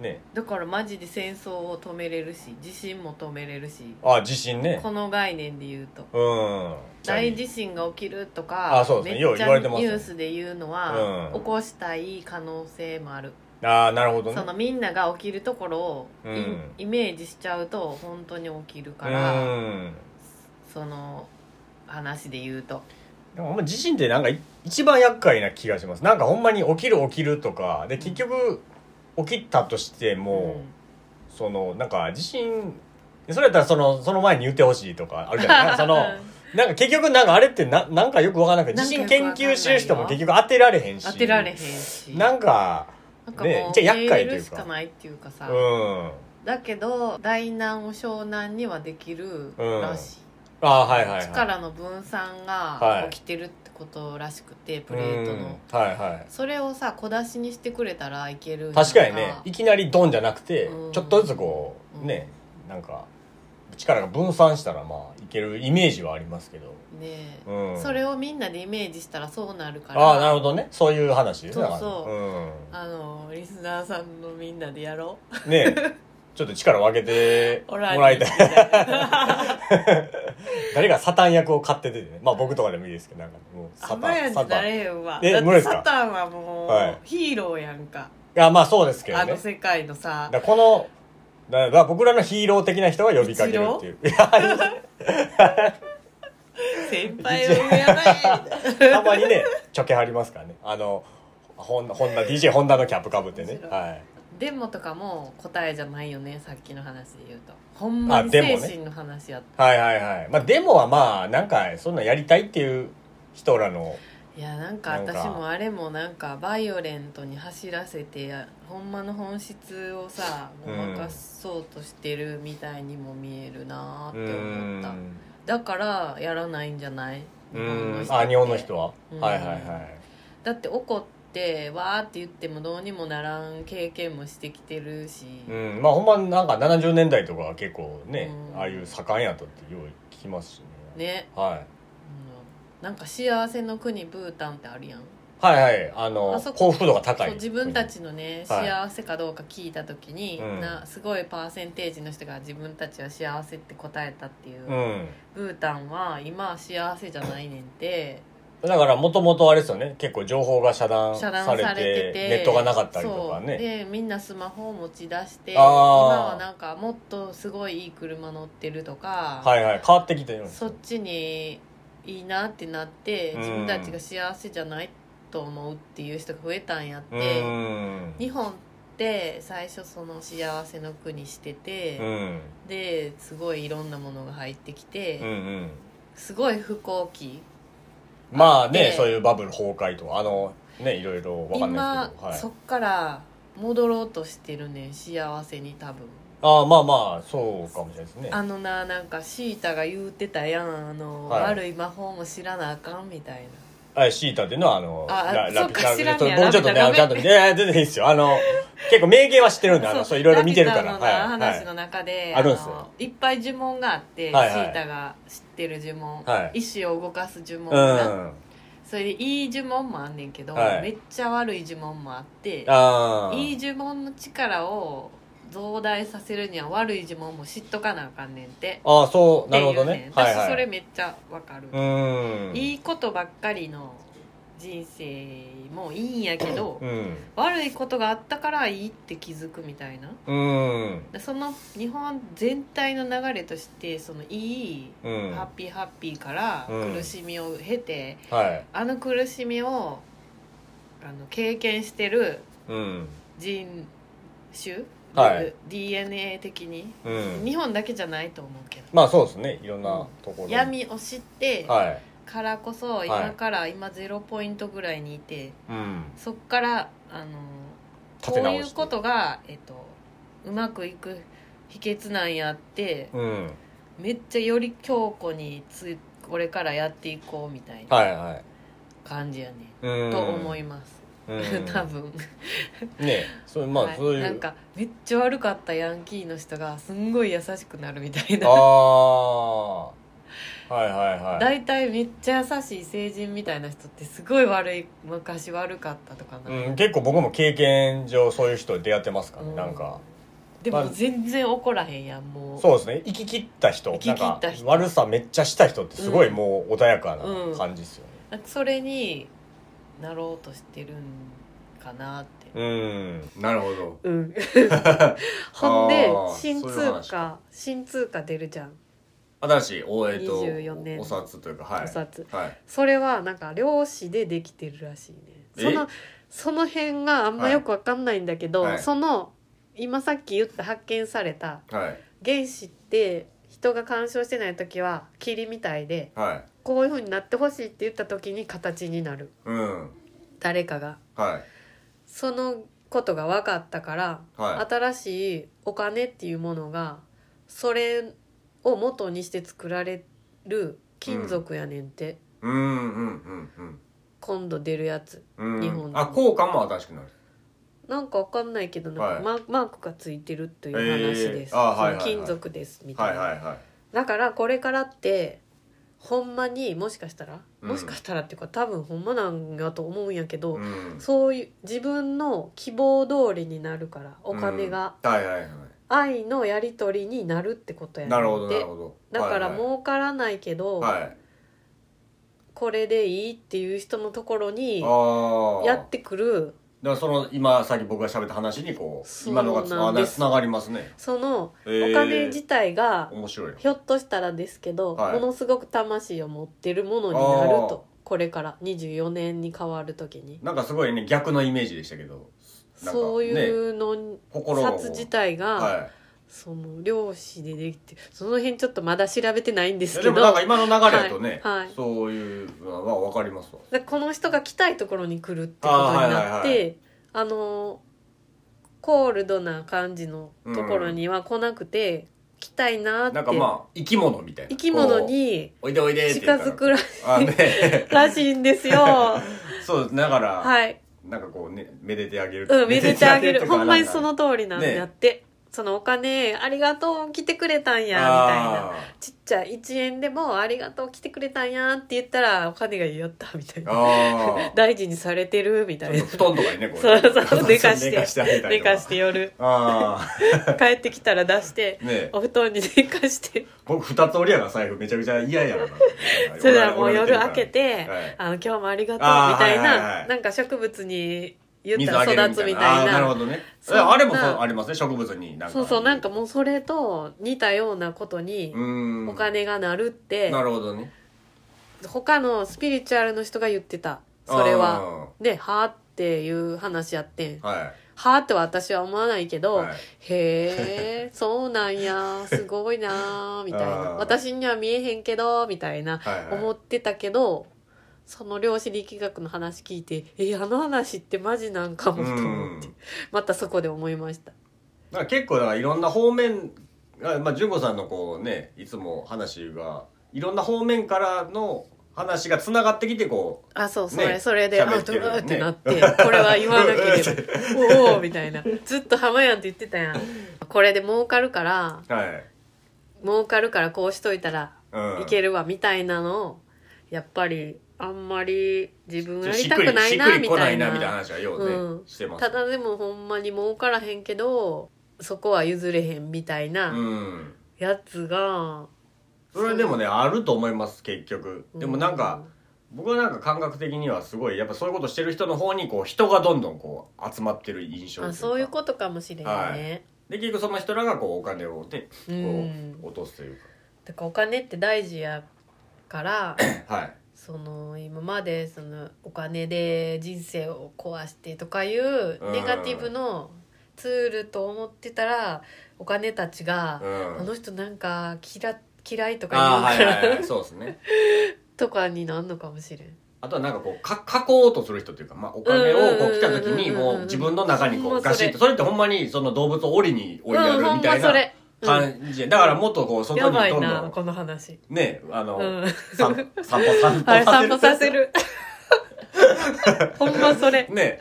Speaker 1: ね
Speaker 2: だからマジで戦争を止めれるし地震も止めれるし
Speaker 1: あ地震ね
Speaker 2: この概念で言うと
Speaker 1: うん
Speaker 2: 大地震が起きるとか
Speaker 1: あそうですね
Speaker 2: めっ
Speaker 1: よう
Speaker 2: ちゃ
Speaker 1: 言われてます
Speaker 2: ニ
Speaker 1: ね
Speaker 2: ュースで言うのは、
Speaker 1: うん
Speaker 2: 起こしたい可能性もある
Speaker 1: ああなるほどね
Speaker 2: そのみんなが起きるところをイ,、
Speaker 1: うん
Speaker 2: イメージしちゃうと本当に起きるか
Speaker 1: う
Speaker 2: ら
Speaker 1: ん
Speaker 2: その話で言うと
Speaker 1: でもほんま地震ってなんかい一番厄介な気がしますなんかほんまに起きる起きるとかで結局起きたとしても、そのなんか地震それやったらそのその前に言ってほしいとかあるじゃないそのなんか結局なんかあれってななんかよくわからなくて地震研究してる人も結局当てられへんし
Speaker 2: 当てられへんし
Speaker 1: なんか
Speaker 2: なんかもう、
Speaker 1: ねじゃあ厄介というか
Speaker 2: メールしかないっていうかさ、
Speaker 1: うん
Speaker 2: だけど大難を湘南にはできるらしい、
Speaker 1: ああはいはい、はい、
Speaker 2: 力の分散が
Speaker 1: はい
Speaker 2: 起きてるってことらしくて、プレートの
Speaker 1: うんはいはい
Speaker 2: それをさ小出しにしてくれたらいける
Speaker 1: 確かにねいきなりドンじゃなくて
Speaker 2: うん
Speaker 1: ちょっとずつこうねなんか力が分散したらまあいけるイメージはありますけど、
Speaker 2: ねえ、
Speaker 1: うん、
Speaker 2: それをみんなでイメージしたらそうなるから
Speaker 1: ああなるほどねそういう話ですね
Speaker 2: そうそう
Speaker 1: う、
Speaker 2: あのリスナーさんのみんなでやろうん
Speaker 1: ねえちょっと力を分けてもらいたい誰がサタン役を買っててねまあ僕とかでもいいですけどなんかもう
Speaker 2: サ
Speaker 1: サ
Speaker 2: タン
Speaker 1: タン
Speaker 2: や
Speaker 1: サ
Speaker 2: にな
Speaker 1: タ
Speaker 2: れ
Speaker 1: ン
Speaker 2: へんわ
Speaker 1: え
Speaker 2: だっ
Speaker 1: 無理です
Speaker 2: て
Speaker 1: か
Speaker 2: サタンはもう、
Speaker 1: はい
Speaker 2: ヒーローやんか、
Speaker 1: あまあそうですけど
Speaker 2: あ
Speaker 1: ね
Speaker 2: の世界のさ
Speaker 1: だからこのだから僕らのヒーロー的な人が呼びかけるっていういや
Speaker 2: 先輩をやばい
Speaker 1: たまにねちょけはりますからねあのホンホンダ DJ ホンダのキャップかぶってね
Speaker 2: 面白い
Speaker 1: はい
Speaker 2: デモとかも答えじゃないよねさっきの話で言うとほんまに
Speaker 1: あデモ
Speaker 2: 精
Speaker 1: ね
Speaker 2: 神の話やっ
Speaker 1: はいはいはいまあデモはまあなんかそんなんやりたいっていう人らの
Speaker 2: いやなんか
Speaker 1: なんか
Speaker 2: 私もあれもなんかバイオレントに走らせてほんまの本質をさご
Speaker 1: うん
Speaker 2: まかそうとしてるみたいにも見えるな
Speaker 1: う
Speaker 2: ーって
Speaker 1: ー
Speaker 2: 思っ
Speaker 1: ん
Speaker 2: ただからやらないんじゃないう日本の
Speaker 1: ー
Speaker 2: 人っ
Speaker 1: ん
Speaker 2: て
Speaker 1: あ日本の人は、
Speaker 2: うん
Speaker 1: はいはいはい
Speaker 2: だって怒ってわーって言ってもどうにもならん経験もしてきてるし、
Speaker 1: うんまあほんまなんか70年代とかは結構ね
Speaker 2: うん
Speaker 1: ああいう盛んやとってよう聞きますしね
Speaker 2: ね、
Speaker 1: はい
Speaker 2: うんなんか幸せの国ブータンってあるやん
Speaker 1: はいはいあの
Speaker 2: あそこ
Speaker 1: 幸福度が高い
Speaker 2: そう自分たちのね、
Speaker 1: はい
Speaker 2: 幸せかどうか聞いた時に、
Speaker 1: うん
Speaker 2: なすごいパーセンテージの人が自分たちは幸せって答えたっていう、
Speaker 1: うん
Speaker 2: ブータンは今は幸せじゃないねんって
Speaker 1: だからもともとあれですよね結構情報が遮断
Speaker 2: 遮
Speaker 1: され
Speaker 2: 断
Speaker 1: て
Speaker 2: されてて
Speaker 1: ネットがなかったりとか
Speaker 2: そう
Speaker 1: ね
Speaker 2: でみんなスマホを持ち出して今
Speaker 1: あー
Speaker 2: はなんかもっとすごいいい車乗ってるとか、
Speaker 1: はいはい変わってきてるんです
Speaker 2: そっちにいいなってなって
Speaker 1: うん
Speaker 2: 自分たちが幸せじゃないと思うっていう人が増えたんやっ
Speaker 1: う
Speaker 2: て。
Speaker 1: ん
Speaker 2: 日本って最初その幸せの国してて、
Speaker 1: うん
Speaker 2: ですごいいろんなものが入ってきて、
Speaker 1: うんうん
Speaker 2: すごい不幸期
Speaker 1: まあ
Speaker 2: で
Speaker 1: ねそういうバブル崩壊とかあのねいろいろわかんないで
Speaker 2: 今
Speaker 1: すけど、はい
Speaker 2: そっから戻ろうとしてるねん幸せに多分
Speaker 1: ああまあまあそうかもしれないですね
Speaker 2: あのななんかシータが言うてたやんあの、
Speaker 1: はい
Speaker 2: 悪い魔法も知らなあかんみたい
Speaker 1: あシータっていうのはあの
Speaker 2: あそっか知らん
Speaker 1: ちょっ
Speaker 2: ねや
Speaker 1: と僕ちょっとね
Speaker 2: ラ
Speaker 1: あの
Speaker 2: ピュタ
Speaker 1: ちゃんといやいや全然いいですよあの結構名言は知ってるんで
Speaker 2: な
Speaker 1: あのそういろいろ見てるから
Speaker 2: ラピ
Speaker 1: は
Speaker 2: ュ
Speaker 1: い
Speaker 2: タのな
Speaker 1: は
Speaker 2: 話の
Speaker 1: い
Speaker 2: 中で、
Speaker 1: あるんです
Speaker 2: の
Speaker 1: よ
Speaker 2: いっぱい呪文があって、
Speaker 1: はいはい
Speaker 2: シータが知ってる呪文、
Speaker 1: はい
Speaker 2: 意志を動かす呪文
Speaker 1: う
Speaker 2: かな、
Speaker 1: ん
Speaker 2: それでいい呪文もあんねんけど、
Speaker 3: はい
Speaker 2: めっちゃ悪い呪文もあって
Speaker 3: ああ
Speaker 2: いい呪文の力を増大させるには悪い呪文も知っとかなあかんねんって
Speaker 3: ああそうなるほど
Speaker 2: ってい
Speaker 3: ね
Speaker 2: う
Speaker 3: はい
Speaker 2: 私
Speaker 3: は
Speaker 2: それ
Speaker 3: い
Speaker 2: めっちゃわかる、
Speaker 3: うーん
Speaker 2: いいことばっかりの人生もいいんやけど、
Speaker 3: うん
Speaker 2: 悪いことがあったからいいって気づくみたいな
Speaker 3: うん
Speaker 2: その日本全体の流れとしてそのいい、
Speaker 3: うん
Speaker 2: ハッピーハッピーから
Speaker 3: うん
Speaker 2: 苦しみを経て、
Speaker 3: はい
Speaker 2: あの苦しみをあの経験してる
Speaker 3: うん
Speaker 2: 人種、
Speaker 3: はい
Speaker 2: DNA 的に、
Speaker 3: うん
Speaker 2: 日本だけじゃないと思うけど
Speaker 3: まあそうですねいろんなところに
Speaker 2: 闇を知って
Speaker 3: はい
Speaker 2: からこそ、今から今ゼロポイントぐらいにいて
Speaker 3: うん
Speaker 2: そっからあの
Speaker 3: 立て
Speaker 2: こうい
Speaker 3: 直
Speaker 2: う
Speaker 3: して
Speaker 2: ことが、えっと、うまくいく秘訣なんやって、
Speaker 3: うん
Speaker 2: めっちゃより強固につこれからやっていこうみたいな
Speaker 3: はいはい
Speaker 2: 感じやね、
Speaker 3: うん
Speaker 2: と思います、
Speaker 3: うん
Speaker 2: 多分
Speaker 3: ねそれまあ
Speaker 2: はい
Speaker 3: そういう、
Speaker 2: なんかめっちゃ悪かったヤンキーの人がすんごい優しくなるみたい
Speaker 3: あ
Speaker 2: な
Speaker 3: あはいはいはい
Speaker 2: 大体めっちゃ優しい成人みたいな人ってすごい悪い昔悪かったとかな、
Speaker 3: うん、結構僕も経験上そういう人出会ってますからね、
Speaker 2: うん
Speaker 3: なんか
Speaker 2: で
Speaker 3: まあ
Speaker 2: も全然怒らへんやんもう
Speaker 3: そうですね生き切った人
Speaker 2: 生き切った人
Speaker 3: なんか悪さめっちゃした人ってすごい
Speaker 2: うん
Speaker 3: もう穏やか
Speaker 2: う
Speaker 3: なん感じですよね
Speaker 2: なんかそれになろうとしてるんかなって
Speaker 3: うん、
Speaker 1: なるほど
Speaker 2: うん ほんで
Speaker 1: あー
Speaker 2: 新
Speaker 1: そういう
Speaker 2: 通
Speaker 1: 話
Speaker 2: 貨新通貨出るじゃん
Speaker 1: 新しいおえっと
Speaker 2: 24年
Speaker 1: お札というかはい
Speaker 2: お札
Speaker 1: はい
Speaker 2: それはなんか漁師でできてるらしいね
Speaker 1: え
Speaker 2: そのその辺があんまよくわかんないんだけど、
Speaker 1: はいはい
Speaker 2: その今さっき言った発見された
Speaker 1: はい
Speaker 2: 原子って人が干渉してない時は霧みたいで
Speaker 1: はい
Speaker 2: こういう風になってほしいって言った時に形になる
Speaker 1: うん
Speaker 2: 誰かが
Speaker 1: はい
Speaker 2: そのことが分かったから、
Speaker 1: はい
Speaker 2: 新しいお金っていうものがそれを元にして作られる金属やねんって、
Speaker 1: うんうんうんうん
Speaker 2: 今度出るやつ
Speaker 1: うん
Speaker 2: 日本で
Speaker 1: あ効果も新しくなる
Speaker 2: なんかわかんないけどなんか、
Speaker 1: はい
Speaker 2: ママークがついてるという話です、
Speaker 1: えーあーはいはいはい
Speaker 2: その金属ですみた
Speaker 1: はいい
Speaker 2: な、
Speaker 1: はいはい
Speaker 2: だからこれからってほんまにもしかしたら、
Speaker 1: うん
Speaker 2: もしかしたらっていうか多分ほんまなんやと思うんやけど、
Speaker 1: うん
Speaker 2: そういう自分の希望通りになるからお金が、
Speaker 1: うんはいはいは
Speaker 2: 愛のやり取りになるってことや
Speaker 1: い
Speaker 2: ねん
Speaker 1: なる
Speaker 2: て
Speaker 1: ほどなるほど
Speaker 2: だから
Speaker 1: う
Speaker 2: 儲からないけど、
Speaker 1: はいはい
Speaker 2: これでいいっていう人のところに
Speaker 1: ああ
Speaker 2: やってくる
Speaker 1: だからその今さっき僕が喋った話にこう
Speaker 2: そう
Speaker 1: 今のがつな
Speaker 2: なんです
Speaker 1: つながりますね
Speaker 2: その
Speaker 1: お
Speaker 2: お金自体が
Speaker 1: 面白いよ
Speaker 2: ひょっとしたらですけど、
Speaker 1: はい
Speaker 2: ものすごく魂を持ってるものになるとこれから24年に変わる時に
Speaker 1: なんかすごいね逆のイメージでしたけどなんか
Speaker 2: そういうの、
Speaker 1: 心を
Speaker 2: 札自体が、
Speaker 1: は
Speaker 2: その漁師でできてその辺ちょっとまだ調べてないんで
Speaker 1: いい
Speaker 2: す
Speaker 1: や
Speaker 2: け
Speaker 1: で
Speaker 2: ど
Speaker 1: もなんか今の流れだとね、
Speaker 2: はいはい
Speaker 1: そういうのは分かりますわ
Speaker 2: だからこの人が来たいところに来るってことにな
Speaker 1: あ
Speaker 2: っ
Speaker 1: ーはいはいは
Speaker 2: てあ,、のコールドな感じのところには来なくて、来たいなーって
Speaker 1: なんかまあ生き物みたいな
Speaker 2: 生き物に
Speaker 1: こうおいでおいでって言
Speaker 2: 近
Speaker 1: ったら
Speaker 2: づくら
Speaker 1: あね
Speaker 2: らしいんですよ。
Speaker 1: そうですだから、
Speaker 2: はい。
Speaker 1: なんかこうねめでてあげる
Speaker 2: うん、めでてあげる。
Speaker 1: とか
Speaker 2: ほんまに
Speaker 1: か
Speaker 2: その通りなん
Speaker 1: ね
Speaker 2: だって。そのお金、ありがとう、来てくれたんや、みたいな。
Speaker 1: あ
Speaker 2: ちっちゃい1円でも、ありがとう、来てくれたんや、って言ったら、お金がやった、みたい
Speaker 1: ー
Speaker 2: な。
Speaker 1: あー
Speaker 2: 大事にされてる、みたい
Speaker 1: ちょ
Speaker 2: な
Speaker 1: っ。と布団とかにねこう
Speaker 2: そうそう寝かして
Speaker 1: 寝かしてあげたり
Speaker 2: 寝
Speaker 1: とか
Speaker 2: かして 夜、
Speaker 1: あ
Speaker 2: 帰ってきたら出して
Speaker 1: あ、 ねえ
Speaker 2: お布団に寝か して、
Speaker 1: 僕二つ折りやな財布めちゃくちゃ嫌やな
Speaker 2: それはもう夜
Speaker 1: 俺
Speaker 2: 明け
Speaker 1: は
Speaker 2: て
Speaker 1: い、
Speaker 2: あの、今日もありがとう、み
Speaker 1: あー
Speaker 2: たい
Speaker 1: はいはいは、
Speaker 2: ないなんか植物に言っ
Speaker 1: 水
Speaker 2: た
Speaker 1: あげる
Speaker 2: ら育
Speaker 1: み
Speaker 2: つ
Speaker 1: たい
Speaker 2: み
Speaker 1: な
Speaker 2: た
Speaker 1: あ
Speaker 2: い
Speaker 1: ーなる
Speaker 2: な
Speaker 1: ほ。どね
Speaker 2: そんな
Speaker 1: ああれもそうありますね植物になんか
Speaker 2: そうそうなんかもうそれと似たようなことに
Speaker 1: うーん
Speaker 2: お金がなるって、
Speaker 1: なるほどね
Speaker 2: 他のスピリチュアルの人が言ってたそれはで「はあ」っていう話やってん
Speaker 1: あーは
Speaker 2: 「はあ」っては私は思わないけど「
Speaker 1: はい
Speaker 2: へえそうなん やすごいな」みたいな
Speaker 1: あー
Speaker 2: 「私には見えへんけど」みたいな
Speaker 1: はいはい
Speaker 2: 思ってたけどその量子力学の話聞いて「えあの話ってマジなんかも」
Speaker 1: い
Speaker 2: と
Speaker 1: うん
Speaker 2: 思ってまたそこで思いました。
Speaker 1: だから結構だからいろんな方面あまあ純子さんのこうねいつも話がいろんな方面からの話がつながってきてこう
Speaker 2: あそうそ
Speaker 1: ね
Speaker 2: れ、それで「あ
Speaker 1: 喋って
Speaker 2: ド
Speaker 1: る
Speaker 2: ラーって
Speaker 1: ね
Speaker 2: なって、これは言わなければ「 おお」みたいなずっと「浜やん」って言ってたやんこれで儲かるから
Speaker 1: はい、
Speaker 2: 儲かるからこうしといたら
Speaker 1: うん、
Speaker 2: いけるわみたいなのをやっぱりあんまり自分
Speaker 1: ちょ
Speaker 2: や
Speaker 1: っとしっ
Speaker 2: り
Speaker 1: たく
Speaker 2: く
Speaker 1: り
Speaker 2: な
Speaker 1: し
Speaker 2: い
Speaker 1: っく
Speaker 2: な
Speaker 1: り
Speaker 2: み
Speaker 1: 来な
Speaker 2: た
Speaker 1: い
Speaker 2: い
Speaker 1: な
Speaker 2: な
Speaker 1: みたいな話はようね、
Speaker 2: うん
Speaker 1: してます
Speaker 2: ただでもほんまに儲からへんけどそこは譲れへんみたいな
Speaker 1: うん
Speaker 2: やつが、
Speaker 1: それでもねあると思います結局でもなんか、僕はなんか感覚的にはすごいやっぱそういうことしてる人の方にこう人がどんどんこう集まってる印象
Speaker 2: うん
Speaker 1: と
Speaker 2: あそういう
Speaker 1: と
Speaker 2: ことかもしれんね、
Speaker 1: はで結局その人らがこうお金をでこ
Speaker 2: うん
Speaker 1: う落とすという
Speaker 2: だからお金って大事やから
Speaker 1: かはい
Speaker 2: その今までそのお金で人生を壊してとかいうネガティブのツールと思ってたらお金たちが
Speaker 1: う
Speaker 2: 「あ
Speaker 1: ん
Speaker 2: の人なんか嫌嫌い」と
Speaker 1: あ
Speaker 2: か
Speaker 1: ーは
Speaker 2: 言う
Speaker 1: い
Speaker 2: か
Speaker 1: はい
Speaker 2: ら
Speaker 1: はい そうですね
Speaker 2: とかになんのかもしれん。
Speaker 1: あとはなんかこうか書こうとする人っていうか、まあ、お金をこう来た時に
Speaker 2: うんうんうんうん
Speaker 1: もう自分の中にこ
Speaker 2: ほ
Speaker 1: うん
Speaker 2: ま
Speaker 1: ガ
Speaker 2: そ
Speaker 1: シ
Speaker 2: れ
Speaker 1: ッとそれってほんまにその動物を檻に追いやる
Speaker 2: うん、ほ
Speaker 1: み
Speaker 2: ん
Speaker 1: た
Speaker 2: ま
Speaker 1: い
Speaker 2: そ
Speaker 1: な
Speaker 2: れ。
Speaker 1: 感じでだからもっとこう
Speaker 2: うん、
Speaker 1: 外
Speaker 2: や
Speaker 1: に
Speaker 2: ば
Speaker 1: ど
Speaker 2: い
Speaker 1: んど
Speaker 2: なこ
Speaker 1: ん
Speaker 2: の話。
Speaker 1: ねあ
Speaker 2: う
Speaker 1: の、
Speaker 2: ん。
Speaker 1: 散歩散歩散
Speaker 2: はい、散
Speaker 1: 歩
Speaker 2: 歩さ
Speaker 1: さ
Speaker 2: せ
Speaker 1: せる
Speaker 2: る。ほんまそれ。
Speaker 1: ね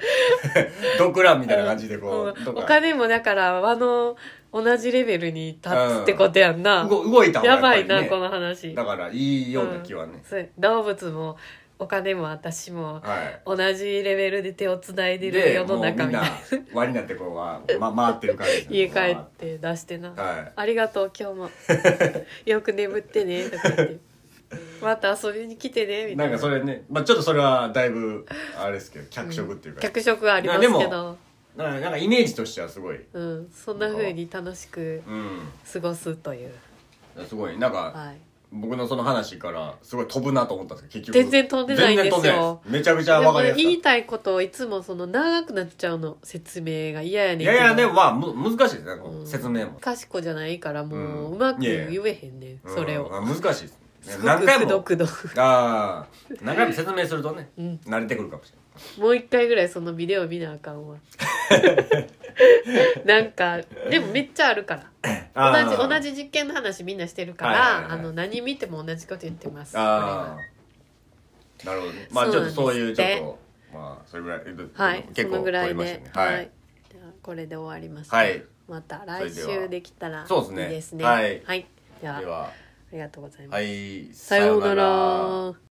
Speaker 1: ドクランみたいな感じでこう
Speaker 2: うん
Speaker 1: と
Speaker 2: お
Speaker 1: か
Speaker 2: 金もだからあの同じレベルに立つってことやんな。
Speaker 1: 動動いた方
Speaker 2: や
Speaker 1: が
Speaker 2: ば
Speaker 1: やっ
Speaker 2: い
Speaker 1: ぱ
Speaker 2: な、
Speaker 1: りね
Speaker 2: この話
Speaker 1: だからいいような気はね、
Speaker 2: そう動物もお金も私も
Speaker 1: はい
Speaker 2: 同じレベルで手をつないでる世の中みたいな
Speaker 1: もうみんな輪になってこうわ、ま、回ってる感じですね
Speaker 2: 家帰って出してな、
Speaker 1: はい
Speaker 2: ありがとう今 日もよく眠ってね」とか言って「また遊びに来てね」みた
Speaker 1: ないん
Speaker 2: な
Speaker 1: かそれね、まあ、ちょっとそれはだいぶあれですけど
Speaker 2: うん
Speaker 1: 脚色っていうか,、
Speaker 2: 脚色はありますけ
Speaker 1: いやで
Speaker 2: ど、
Speaker 1: なんかなんかイメージとしてはすごい
Speaker 2: うん、そんな風に楽しく
Speaker 1: うん
Speaker 2: 過ごすという、
Speaker 1: すごいなんか
Speaker 2: はい、
Speaker 1: 僕のその話からすごい飛ぶなと思ったんですけど結局
Speaker 2: 全然飛んでないんですよ
Speaker 1: 全然飛んでないですめちゃくちゃ
Speaker 2: で
Speaker 1: 分
Speaker 2: も
Speaker 1: かりやすか
Speaker 2: 言
Speaker 1: っ
Speaker 2: いたいことをいつもその長くなっちゃうの説明が嫌や
Speaker 1: た
Speaker 2: ねん
Speaker 1: い
Speaker 2: けど
Speaker 1: やいやでもまあむ難しいですね、こう
Speaker 2: うん
Speaker 1: 説明も、
Speaker 2: 賢じゃないからもう、
Speaker 1: う
Speaker 2: うんまく
Speaker 1: いやいや
Speaker 2: 言えへんねんそれを、
Speaker 1: うん難しいですね
Speaker 2: すご
Speaker 1: 何
Speaker 2: く
Speaker 1: 回
Speaker 2: くど
Speaker 1: も
Speaker 2: くど、
Speaker 1: ああ何回も説明するとね
Speaker 2: うん、
Speaker 1: 慣れてくるかもしれない
Speaker 2: もう一回ぐらいそのビデオ見なあかん わなんかでもめっちゃあるから同じ同
Speaker 1: じ
Speaker 2: じ実験の話みんなしてるから、
Speaker 1: はいはいはい
Speaker 2: あの何見ても同じこと言ってます
Speaker 1: ああなるほどねまあちょっとそういうち
Speaker 2: そう
Speaker 1: ょ
Speaker 2: な
Speaker 1: っ
Speaker 2: ん
Speaker 1: とま
Speaker 2: ですって
Speaker 1: あそれぐらい
Speaker 2: これははい
Speaker 1: 結
Speaker 2: そ
Speaker 1: 構
Speaker 2: のぐら
Speaker 1: 取
Speaker 2: い
Speaker 1: り
Speaker 2: で、
Speaker 1: ましたね
Speaker 2: は
Speaker 1: はいい
Speaker 2: じゃあこれで終わります、
Speaker 1: はい
Speaker 2: また来週できたらい
Speaker 1: それではそうですね
Speaker 2: いですね
Speaker 1: はい
Speaker 2: はい、では
Speaker 1: では
Speaker 2: ありがとうございます、
Speaker 1: はい
Speaker 2: さようなら